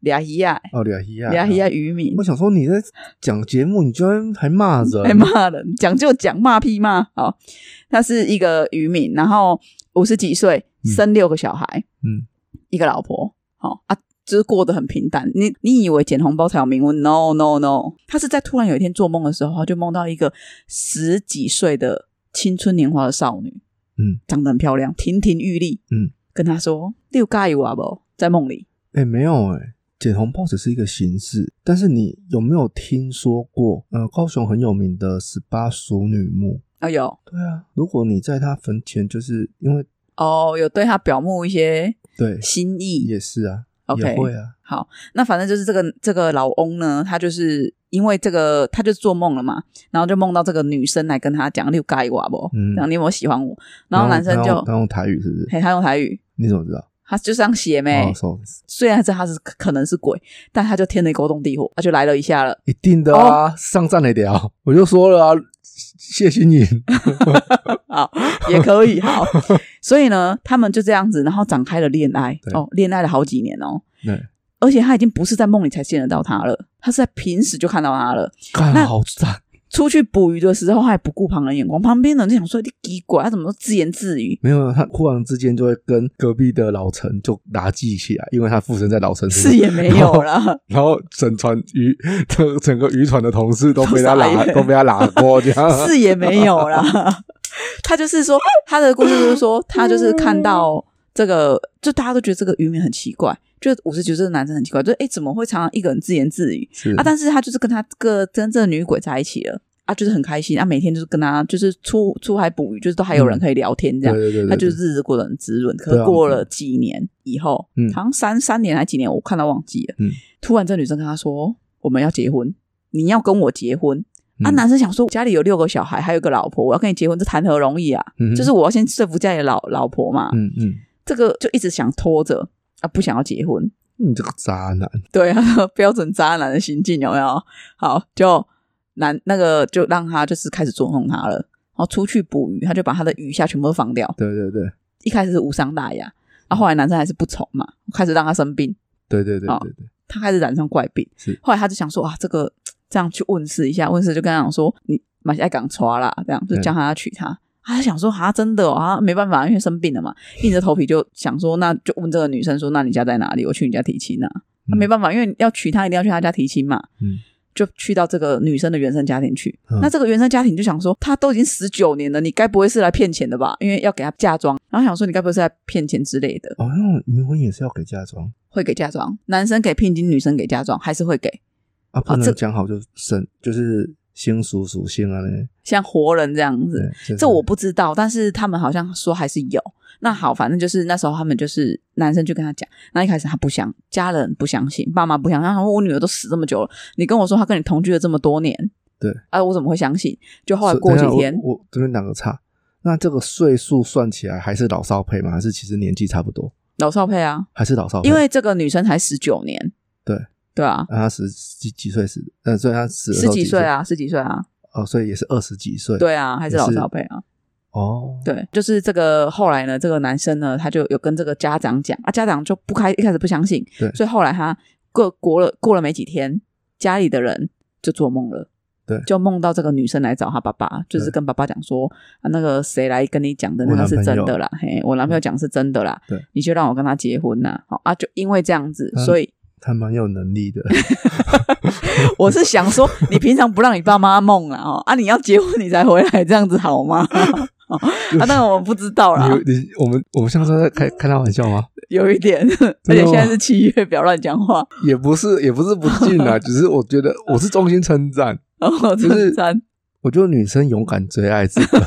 B: 俩一呀，
A: 哦，俩一啊，
B: 俩一呀，渔民
A: 我想说你在讲节目，你居然还骂人，
B: 还骂人，讲就讲，骂屁骂。好，他是一个渔民，然后五十几岁，
A: 嗯
B: 生六个小孩，
A: 嗯，
B: 一个老婆，好、啊，就是过得很平淡。你你以为捡红包才有名文？No No No，他是在突然有一天做梦的时候，他就梦到一个十几岁的青春年华的少女，
A: 嗯，
B: 长得很漂亮，亭亭玉立，
A: 嗯，
B: 跟他说六加油啊不，在梦里。
A: 哎、没有哎、捡红包只是一个形式，但是你有没有听说过？呃，高雄很有名的十八熟女墓。
B: 啊、有
A: 对啊，如果你在她坟前，就是因为
B: 哦，有对他表慕一些
A: 对，
B: 心意
A: 也是啊
B: OK
A: 也会啊，
B: 好，那反正就是这个这个老翁呢，他就是因为这个，他就做梦了嘛，然后就梦到这个女生来跟他讲，你有盖我不？
A: 嗯
B: 然后你有没有喜欢我？然后男生
A: 他
B: 就
A: 用他，用台语是不是？
B: 嘿，他用台语，
A: 你怎么知道？
B: 他就这样写没？
A: 哦，sorry，
B: 虽然这他是可能是鬼，但他就天雷勾动地火，他就来了一下了。
A: 一定的啊，
B: 哦
A: 上站了聊，我就说了啊，谢谢 你，
B: 好，也可以好。所以呢，他们就这样子，然后展开了恋爱
A: 对
B: 哦，恋爱了好几年哦。
A: 对，
B: 而且他已经不是在梦里才见得到他了，他是在平时就看到他了。
A: 看
B: 那
A: 好赞，
B: 出去捕鱼的时候，他还不顾旁人眼光，旁边的人就想说：“你奇怪，他怎么都自言自语
A: 没有他忽然之间就会跟隔壁的老陈就打记起来，因为他附身在老陈？”身上，
B: 是也没有啦，
A: 然后整船渔 整整个渔船的同事都被他
B: 都傻
A: 拉
B: 眼
A: 都被他拉过，这样
B: 是也没有啦。 他就是说，他的故事就是说，他就是看到这个，就大家都觉得这个渔民很奇怪，就五十九岁的男生很奇怪，就哎、诶怎么会常常一个人自言自语
A: 是
B: 啊？但是他就是跟他个真正的女鬼在一起了啊，就是很开心啊，每天就是跟他就是出出海捕鱼，就是都还有人可以聊天这
A: 对
B: 样。
A: 对对，
B: 他就
A: 对
B: 是日子过得很滋润。可
A: 对啊
B: 是过了几年以后，
A: 嗯
B: 好像三三年还几年，我看到忘记了。
A: 嗯
B: 突然这女生跟他说：“我们要结婚，你要跟我结婚。”啊，
A: 嗯
B: 男生想说家里有六个小孩，还有一个老婆，我要跟你结婚，这谈何容易啊！
A: 嗯
B: 就是我要先说服家里的老老婆嘛，
A: 嗯嗯，
B: 这个就一直想拖着啊，不想要结婚。
A: 你这个渣男，
B: 对啊， 标准渣男的行径有没有？好，就男那个就让他就是开始捉弄他了，然后出去捕鱼，他就把他的鱼虾全部都放掉，
A: 对对对
B: 一开始是无伤大雅，
A: 嗯
B: 啊，后来男生还是不从嘛，开始让他生病，
A: 对对对
B: 好
A: 对对，
B: 他开始染上怪病
A: 是。
B: 后来他就想说啊，这个这样去问世一下，问世就跟他讲说，你马来港抓啦，这样就
A: 嗯
B: 叫他娶她。他想说啊，真的哦，啊，没办法，因为生病了嘛，硬着头皮就想说，那就问这个女生说，那你家在哪里？我去你家提亲啊。
A: 嗯
B: 他没办法，因为要娶她，一定要去她家提亲嘛。
A: 嗯，
B: 就去到这个女生的原生家庭去。
A: 嗯
B: 那这个原生家庭就想说，她都已经十九年了，你该不会是来骗钱的吧？因为要给她嫁妆，然后想说你该不会是来骗钱之类的，
A: 哦，那种冥婚也是要给嫁妆
B: 会给嫁妆，男生给聘金，女生给嫁妆，还是会给，
A: 啊，不
B: 哦这
A: 能讲好就省，就是先属属性啊嘞，
B: 像活人这样子。
A: 对，就是
B: 这我不知道，但是他们好像说还是有。那好，反正就是那时候他们就是男生就跟他讲，那一开始他不想，家人不相信，爸妈不相信，然后我女儿都死这么久了，你跟我说她跟你同居了这么多年，
A: 对，
B: 啊，我怎么会相信？就后来
A: 所以
B: 过几
A: 等一下
B: 天，
A: 我我这边打个岔。那这个岁数算起来还是老少配吗？还是其实年纪差不多？
B: 老少配啊，
A: 还是老少配？
B: 因为这个女生才十九年，
A: 对
B: 对啊，
A: 啊他十几几岁死的，呃，所以他死的时
B: 十
A: 候
B: 几
A: 几
B: 岁，啊，十几岁啊，
A: 哦，所以也是二十几岁。，
B: 对啊，还是
A: 也
B: 老
A: 是
B: 少配啊，
A: 哦，
B: 对，就是这个后来呢，这个男生呢，他就有跟这个家长讲啊，家长就不开一开始不相信，
A: 对
B: 所以后来他过过了过了没几天，家里的人就做梦了。
A: 对
B: 就梦到这个女生来找他爸爸，就是
A: 对
B: 跟爸爸讲说，啊，那个谁来跟你讲的那
A: 我
B: 个
A: 男
B: 是
A: 朋
B: 真
A: 友嗯
B: 的啦，嘿，我男朋友讲是真的啦，
A: 对，
B: 你就让我跟他结婚呐，好啊，就因为这样子，
A: 嗯
B: 所以
A: 他蛮有能 力的。
B: 我是想说，你平常不让你爸妈梦了哦，啊，你要结婚你才回来，这样子好 吗？哦啊，当然我不知道啦，
A: 你你我们我们上次在开开他玩笑吗？
B: 有一点， 而
A: 真
B: 且
A: 的吗
B: 现在是七月，不要乱讲话。
A: 也不是也不是不敬啊， 只是我觉得我是衷心称赞，
B: 然后
A: 就是
B: 哦真三，
A: 我觉得女生勇敢追爱值 得。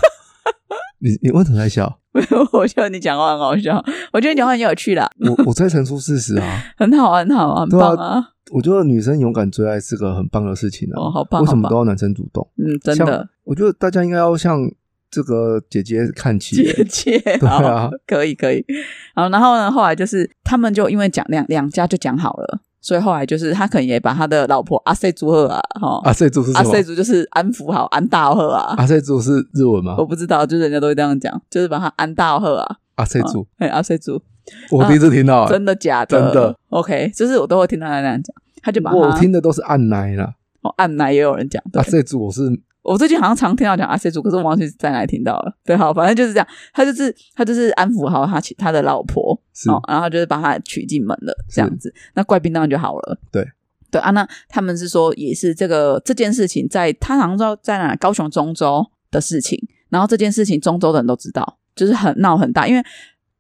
A: 你你为什么在笑？
B: 我觉得你讲话很好笑，我觉得你讲话很有趣啦，
A: 我我在陈述事实啊。
B: 很好啊，很好啊，很
A: 对啊
B: 棒啊，
A: 我觉得女生勇敢追爱是个很棒的事情啊。
B: 哦好棒
A: 为什
B: 好
A: 么
B: 棒
A: 都要男生主动？
B: 嗯，真
A: 像
B: 的，
A: 我觉得大家应该要向这个姐姐看齐。
B: 姐姐，
A: 对啊
B: 好可以可以。好，然后呢，后来就是他们就因为讲两两家就讲好了，所以后来就是他可能也把他的老婆阿塞朱赫啊，哈、
A: 阿塞猪是什
B: 阿塞
A: 么？
B: 族就是安抚好安大赫啊，
A: 阿塞猪是日文吗
B: 我？不知道，就是人家都会这样讲，就是把他安大赫啊，
A: 阿塞猪，
B: 哎阿塞族，
A: 我第一次听到、欸，
B: 真的假的？
A: 哦真的
B: ，OK，就是我都会听他那样讲，他就把他
A: 我听的都是按奶啦。
B: 哦按奶也有人讲，对
A: 阿塞猪啊我是
B: 我最近好像常听到讲阿啊塞族，可是我忘记在哪里听到了，对，好，反正就是这样，他就是他就是安抚好他其他的老婆，
A: 是
B: 哦，然后就是把他娶进门了，
A: 是
B: 这样子，那怪病当然就好了。
A: 对
B: 对啊，那他们是说也是这个这件事情在，他好像知道在哪高雄中州的事情，然后这件事情中州的人都知道，就是很闹很大，因为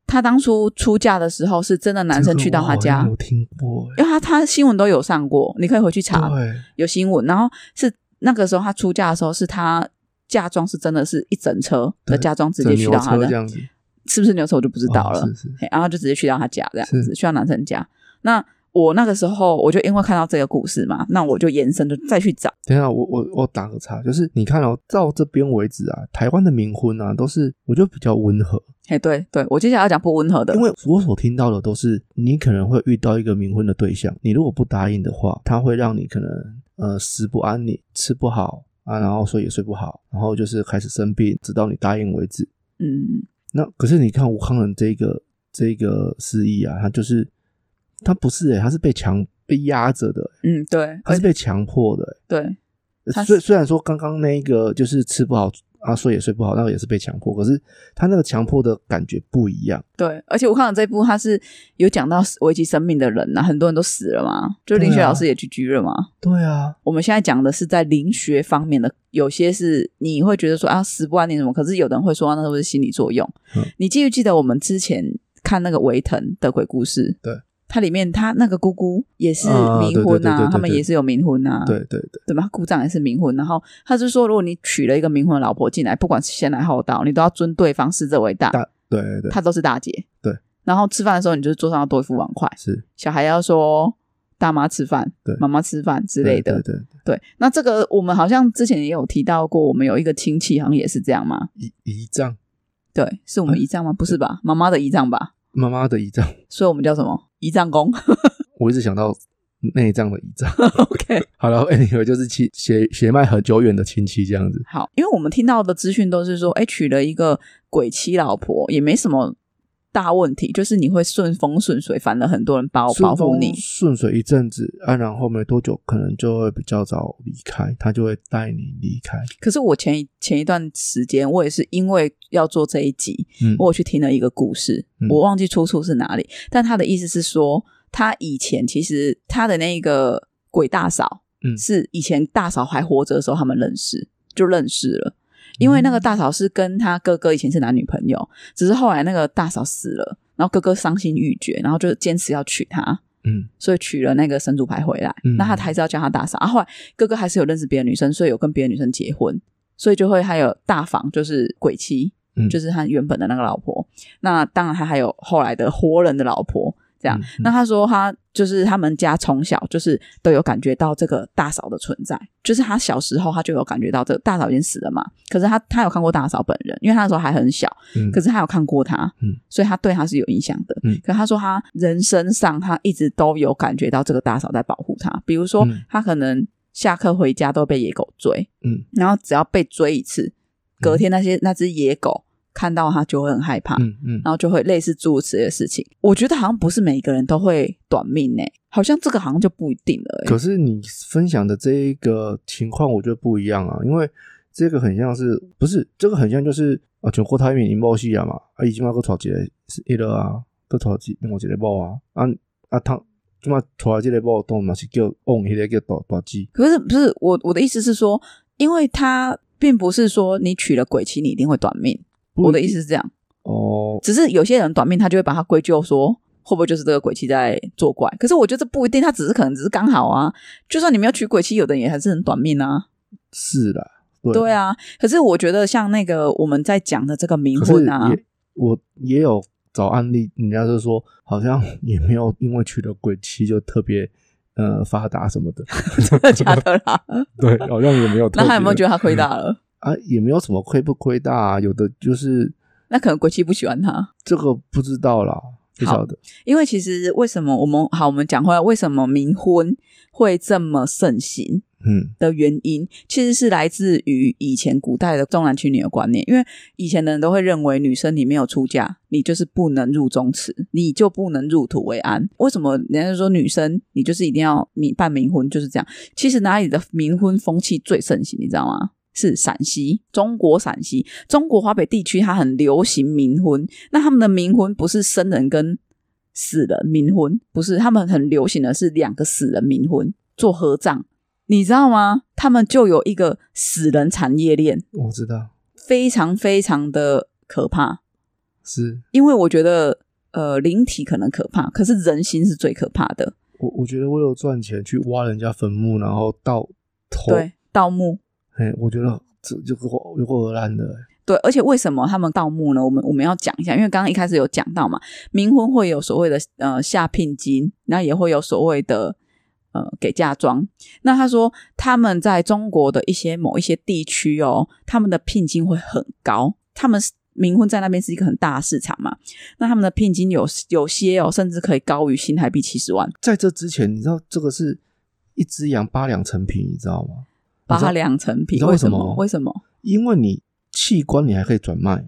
B: 他当初出嫁的时候是真的男生去到他
A: 这个我好
B: 家
A: 像，有听过、欸，
B: 因为他他新闻都有上过，你可以回去查，
A: 对，
B: 有新闻，然后是那个时候她出嫁的时候，是她嫁妆是真的是一整车的
A: 对
B: 嫁妆直
A: 整
B: 接去
A: 牛
B: 到她
A: 车
B: 的
A: 这，样子，
B: 是不是牛车我就不知道了。
A: 哦是是，
B: 嘿然后就直接去到她家这样子，
A: 是
B: 去到男生家。那我那个时候我就因为看到这个故事嘛，那我就延伸就再去找，
A: 等一下，我我我打个岔，就是你看哦，到这边为止啊，台湾的冥婚啊，都是我觉得比较温和，
B: 嘿，对对，我接下来要讲不温和的
A: 因，为我所听到的都是你可能会遇到一个冥婚的对象，你如果不答应的话，他会让你可能呃食不安宁，吃不好啊，然后睡也睡不好，然后就是开始生病，直到你答应为止。
B: 嗯，
A: 那可是你看吴康仁这个这个失忆啊，他就是他不是欸诶、他是被强被压着的、欸
B: 嗯，对，
A: 他是被强迫的、欸。
B: 对，他
A: 虽虽然说刚刚那一个就是吃不好啊，睡也睡不好，那个也是被强迫，可是他那个强迫的感觉不一样。
B: 对，而且我看到这一部，他是有讲到危及生命的人呐、很多人都死了嘛，就林雪
A: 对啊
B: 老师也去居了嘛，
A: 对啊，
B: 我们现在讲的是在灵学方面的，有些是你会觉得说啊，死不安宁什么，可是有的人会说、啊那都是心理作用。
A: 嗯
B: 你记不记得我们之前看那个维腾的鬼故事？
A: 对，
B: 它里面他那个姑姑也是
A: 啊
B: 冥
A: 对对对
B: 婚
A: 对对
B: 啊，
A: 对
B: 他们也是有冥婚啊，
A: 对对对，
B: 对吧？姑丈也是冥婚，然后他就说，如果你娶了一个冥婚的老婆进来，不管是先来后到，你都要尊对方视之为大，
A: 大对对对，
B: 她都是大姐。
A: 对，
B: 然后吃饭的时候，你就是桌上要多一副碗筷，
A: 是
B: 小孩要说大妈吃饭，
A: 对
B: 妈妈吃饭之类的，
A: 对对对，
B: 对，那这个我们好像之前也有提到过，我们有一个亲戚好像也是这样嘛。
A: 遗遗仗，
B: 对，
A: 嗯
B: 是我们姨丈吗？不是吧，妈妈的姨丈吧？
A: 妈妈的遗仗，
B: 所以我们叫什么姨丈公
A: 我一直想到内脏的遗仗。
B: ？OK，
A: 好了，anyway，就是亲血血脉很久远的亲戚这样子。
B: 好，因为我们听到的资讯都是说，哎，娶了一个鬼妻老婆也没什么大问题，就是你会顺风顺水，反而很多人保保
A: 顺
B: 护
A: 风
B: 你。
A: 顺水一阵子啊，然后没多久可能就会比较早离开，他就会带你离开。
B: 可是我前一前一段时间，我也是因为要做这一集，
A: 嗯，
B: 我有去听了一个故事，
A: 嗯
B: 我忘记出处是哪里，但他的意思是说，他以前其实他的那个鬼大嫂，
A: 嗯
B: 是以前大嫂还活着的时候，他们认识就认识了。因为那个大嫂是跟他哥哥以前是男女朋友，只是后来那个大嫂死了，然后哥哥伤心欲绝，然后就坚持要娶她，
A: 嗯
B: 所以娶了那个神主牌回来。
A: 嗯
B: 那他还是要叫他大嫂。啊，后来哥哥还是有认识别的女生，所以有跟别的女生结婚，所以就会还有大房，就是鬼妻，
A: 嗯
B: 就是他原本的那个老婆。那当然他还有后来的活人的老婆。这样
A: 嗯，嗯
B: 那他说他就是他们家从小就是都有感觉到这个大嫂的存在，就是他小时候他就有感觉到这个大嫂已经死了嘛，可是他他有看过大嫂本人，因为他那时候还很小，
A: 嗯，
B: 可是他有看过他，
A: 嗯
B: 所以他对他是有影响的。
A: 嗯
B: 可他说他人生上他一直都有感觉到这个大嫂在保护他，比如说
A: 嗯
B: 他可能下课回家都被野狗追，
A: 嗯，
B: 然后只要被追一次，隔天那些那只野狗看到他就会很害怕，
A: 嗯嗯，
B: 然后就会类似诸如此类的事情。我觉得好像不是每个人都会短命呢、好像这个好像就不一定了、欸。
A: 可是你分享的这一个情况，我觉得不一样啊，因为这个很像是不是这个很像就是啊，全国台面赢某戏啊嘛，啊，伊即马佫娶一个是迄落啊，佫娶一另外一个某啊，啊啊，他即马娶的这个某当然嘛是叫往迄个叫大大姊，
B: 可是不是我我的意思是说，因为他并不是说你娶了鬼妻你一定会短命，
A: 不
B: 我的意思是这样。
A: 哦，
B: 只是有些人短命，他就会把它归咎说会不会就是这个鬼妻在作怪。可是我觉得这不一定，他只是可能只是刚好啊。就算你没有娶鬼妻，有的人也还是很短命啊。
A: 是啦，对
B: 对，啊，可是我觉得像那个我们在讲的这个冥
A: 可是
B: 婚啊，
A: 也我也有找案例，人家就说好像 也没有因为娶了鬼妻就特别呃发达什么的，
B: 真 的假的啦？
A: 对，好像也没 有特别。
B: 那他有没有觉得他亏大了？
A: 啊，也没有什么亏不亏大、啊，有的就是
B: 那可能鬼妻不喜欢他。
A: 这个不知道啦。不晓得。
B: 因为其实为什么我们好，我们讲回来，为什么冥婚会这么盛行
A: 嗯
B: 的原因，其实是来自于以前古代的重男轻女的观念。因为以前的人都会认为，女生你没有出嫁，你就是不能入宗祠，你就不能入土为安。为什么人家就说女生你就是一定要冥办冥婚，就是这样？其实哪里的冥婚风气最盛行，你知道吗？是陕西，中国陕西，中国华北地区，它很流行冥婚。那他们的冥婚不是生人跟死人冥婚，不是他们很流行的是两个死人冥婚做合葬，你知道吗？他们就有一个死人产业链，
A: 我知道
B: 非常非常的可怕。
A: 是。
B: 因为我觉得，呃，灵体可能可怕，可是人心是最可怕的。
A: 我我觉得为了赚钱去挖人家坟墓，然后到头，
B: 对，盗墓，
A: 哎，我觉得这就够就够荷兰的、哎
B: 对，而且为什么他们盗墓呢？我们我们要讲一下，因为刚刚一开始有讲到嘛，冥婚会有所谓的呃下聘金，然后也会有所谓的呃给嫁妆。那他说他们在中国的一些某一些地区哦，他们的聘金会很高，他们是冥婚在那边是一个很大的市场嘛，那他们的聘金有有些哦，甚至可以高于新台币七十万，
A: 在这之前，你知道这个是一只羊八两成品，你知道吗？你知道
B: 八两成
A: 你
B: 品
A: 知。道
B: 为
A: 为什么
B: 么？为什么？
A: 因为你器官你还可以转卖，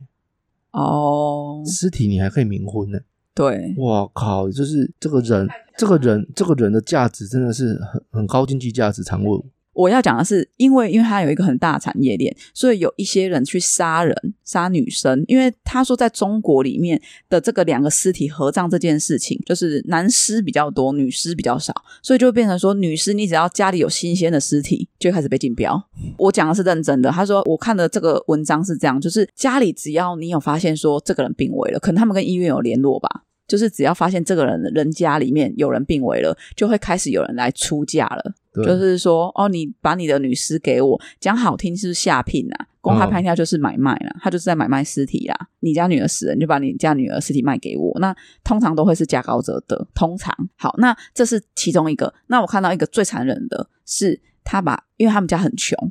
B: 哦，
A: 尸体你还可以冥婚呢、
B: 对，
A: 我靠，就是这个人，这个人，这个人的价值真的是很很高经济价值产物。
B: 我要讲的是，因为因为它有一个很大的产业链，所以有一些人去杀人、杀女生。因为他说，在中国里面的这个两个尸体合葬这件事情，就是男尸比较多，女尸比较少，所以就会变成说，女尸你只要家里有新鲜的尸体，就会开始被竞标。我讲的是认真的。他说，我看的这个文章是这样，就是家里只要你有发现说这个人病危了，可能他们跟医院有联络吧。就是只要发现这个人人家里面有人病危了，就会开始有人来出价了。
A: 对，
B: 就是说，哦，你把你的女尸给我，讲好听是下聘啊，公开
A: 嗯
B: 拍跳就是买卖啦，他就是在买卖尸体啦。你家女儿死了，你就把你家女儿尸体卖给我，那通常都会是价高者得，通常好，那这是其中一个。那我看到一个最残忍的是，他把因为他们家很穷，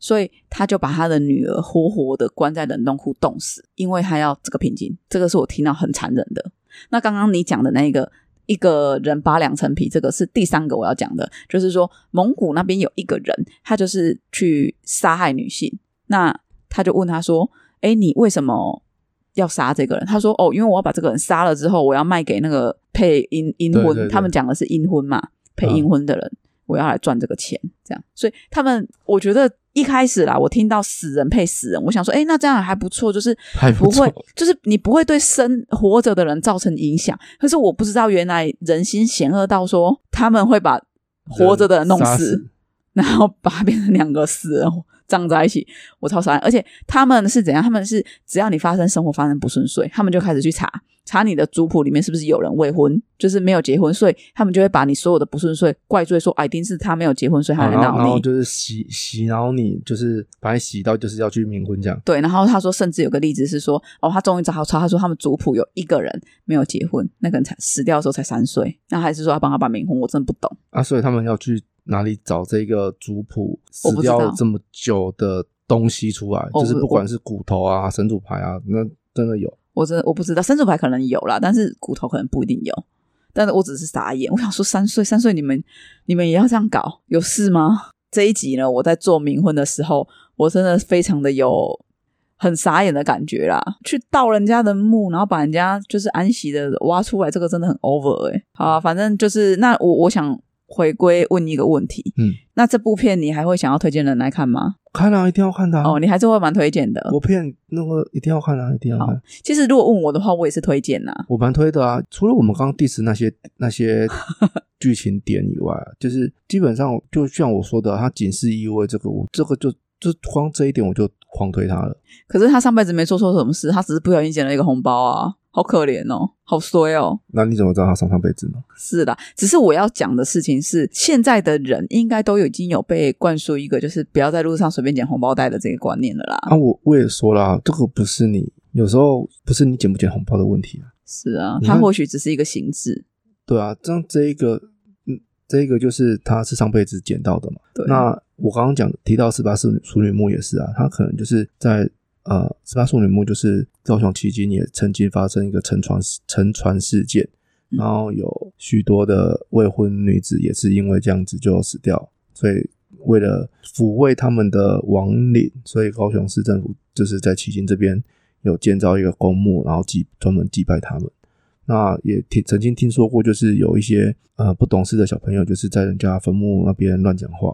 B: 所以他就把他的女儿活活的关在冷冻库冻死，因为他要这个聘金。这个是我听到很残忍的。那刚刚你讲的那个一个人扒两层皮，这个是第三个我要讲的，就是说蒙古那边有一个人，他就是去杀害女性。那他就问他说：“哎，你为什么要杀这个人？”他说：“哦，因为我要把这个人杀了之后，我要卖给那个配阴阴婚，
A: 对对对嗯
B: 他们讲的是阴婚嘛，配阴婚的人。我要来赚这个钱，这样。所以他们，我觉得一开始啦，我听到死人配死人，我想说，哎、那这样还不错，就是
A: 还不
B: 不
A: 错
B: 会，就是你不会对生活着的人造成影响。可是我不知道，原来人心险恶到说他们会把活着的人弄
A: 杀
B: 死，然后把它变成两个死人葬在一起，我超傻眼。而且他们是怎样？他们是只要你发生生活发生不顺遂，他们就开始去查查你的族谱里面是不是有人未婚，就是没有结婚，所以他们就会把你所有的不顺遂怪罪说，啊，一定是他没有结婚，所以他
A: 好
B: 来
A: 然后然
B: 闹
A: 后
B: 你。
A: 就是洗洗脑你，就是把你洗到就是要去冥婚这样。
B: 对，然后他说，甚至有个例子是说，哦，他终于找好查，他说他们族谱有一个人没有结婚，那个人才死掉的时候才三岁，那还是说要帮他办冥婚，我真的不懂。
A: 啊，所以他们要去哪里找这个族谱
B: 我
A: 死
B: 不知道哦
A: 掉这么久的东西出来？
B: 我
A: 就是
B: 不
A: 不管是骨头啊、神主牌啊，那真的有。
B: 我真的我不知道，生主牌可能有啦，但是骨头可能不一定有。但是我只是傻眼， 我想说三岁三岁你们你们也要这样搞，有事吗？这一集呢，我在做冥婚的时候，我真的非常的有很傻眼的感觉啦，去盗人家的墓，然后把人家就是安息的挖出来，这个真的很 over 哎、好、啊，反正就是那我我想回归问一个问题，
A: 嗯，
B: 那这部片你还会想要推荐人来看吗？
A: 看啊，一定要看的、啊。
B: 哦，你还是会蛮推荐的。
A: 我骗那个一定要看啊，一定要看。
B: 其实如果问我的话，我也是推荐呐、
A: 我蛮推的啊，除了我们刚刚 diss 那些那些剧情点以外，就是基本上就像我说的，它啊警示意味这个，我这个就就光这一点我就狂推它了。
B: 可是他上辈子没做错什么事，他只是不小心捡了一个红包啊，好可怜哦，好衰哦。
A: 那你怎么知道它上上辈子呢？
B: 是的，只是我要讲的事情是，现在的人应该都有已经有被灌输一个，就是不要在路上随便捡红包袋的这个观念了啦。
A: 啊，我我也说啦，这个不是你有时候不是你捡不捡红包的问题啊。
B: 是啊，
A: 你看
B: 他或许只是一个形式。
A: 对啊，这样这一个，嗯，这一个就是他是上辈子捡到的嘛。
B: 对，
A: 那我刚刚讲提到四八四淑女墓也是啊，他可能就是在呃，十八处女墓就是高雄迄今也曾经发生一个沉船沉船事件，
B: 嗯
A: 然后有许多的未婚女子也是因为这样子就死掉，所以为了抚慰他们的亡灵，所以高雄市政府就是在迄今这边有建造一个公墓，然后祭专门祭拜他们。那也听曾经听说过，就是有一些呃不懂事的小朋友，就是在人家坟墓那边乱讲话，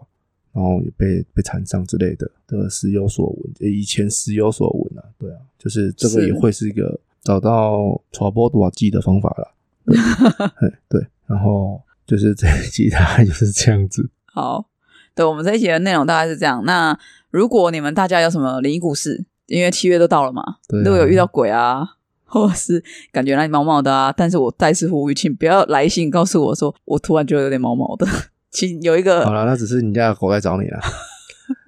A: 然后也被被缠上之类的，啊这个时有所闻，呃以前时有所闻啊，对啊，就是这个
B: 是
A: 也会是一个找到传播毒剂的方法啦。对 嘿对，然后就是这一集大概就是这样子，
B: 好，对，我们这一集的内容大概是这样。那如果你们大家有什么灵异故事，因为七月都到了嘛，
A: 对啊
B: 如果有遇到鬼啊， 或者是感觉哪里毛毛的啊，但是我再次呼吁，请不要来信告诉我说我突然觉得有点毛毛的， 请有一
A: 好
B: 个
A: 了，那只是你家的狗在找你 啦。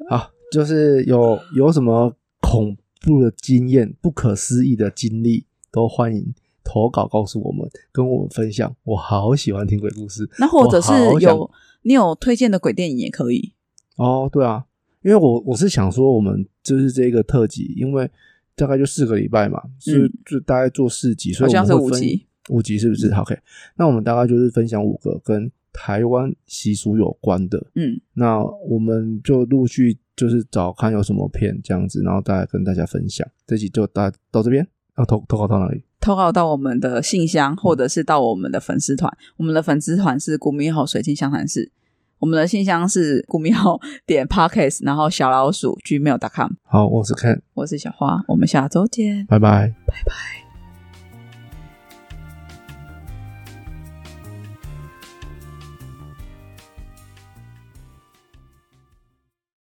A: 好，就是有有什么恐怖的经验、不可思议的经历，都欢迎投稿告诉我们，跟我们分享。我好喜欢听鬼故事
B: 那或者是
A: 我好想
B: 有你有推荐的鬼电影也可以。
A: 哦。对啊，因为我我是想说，我们就是这个特辑，因为大概就四个礼拜嘛，是就大概做四集，所以
B: 嗯好
A: 我
B: 像
A: 们会
B: 是五
A: 分
B: 集，嗯
A: 五集是不是、o k 那我们大概就是分享五个跟台湾习俗有关的，
B: 嗯，
A: 那我们就陆续就是找看有什么片这样子，然后再来跟大家分享。这集就大到这边，要投投稿到哪里？
B: 投稿到我们的信
A: 嗯
B: 箱，或者是到我们的粉丝团。我们的粉丝团是古米吼水晶相谈室，我们的信箱是古米吼点 pockets，然后小老鼠 gmail.com。
A: 好，我是 Ken，
B: 我是小花，我们下周见。
A: 拜拜。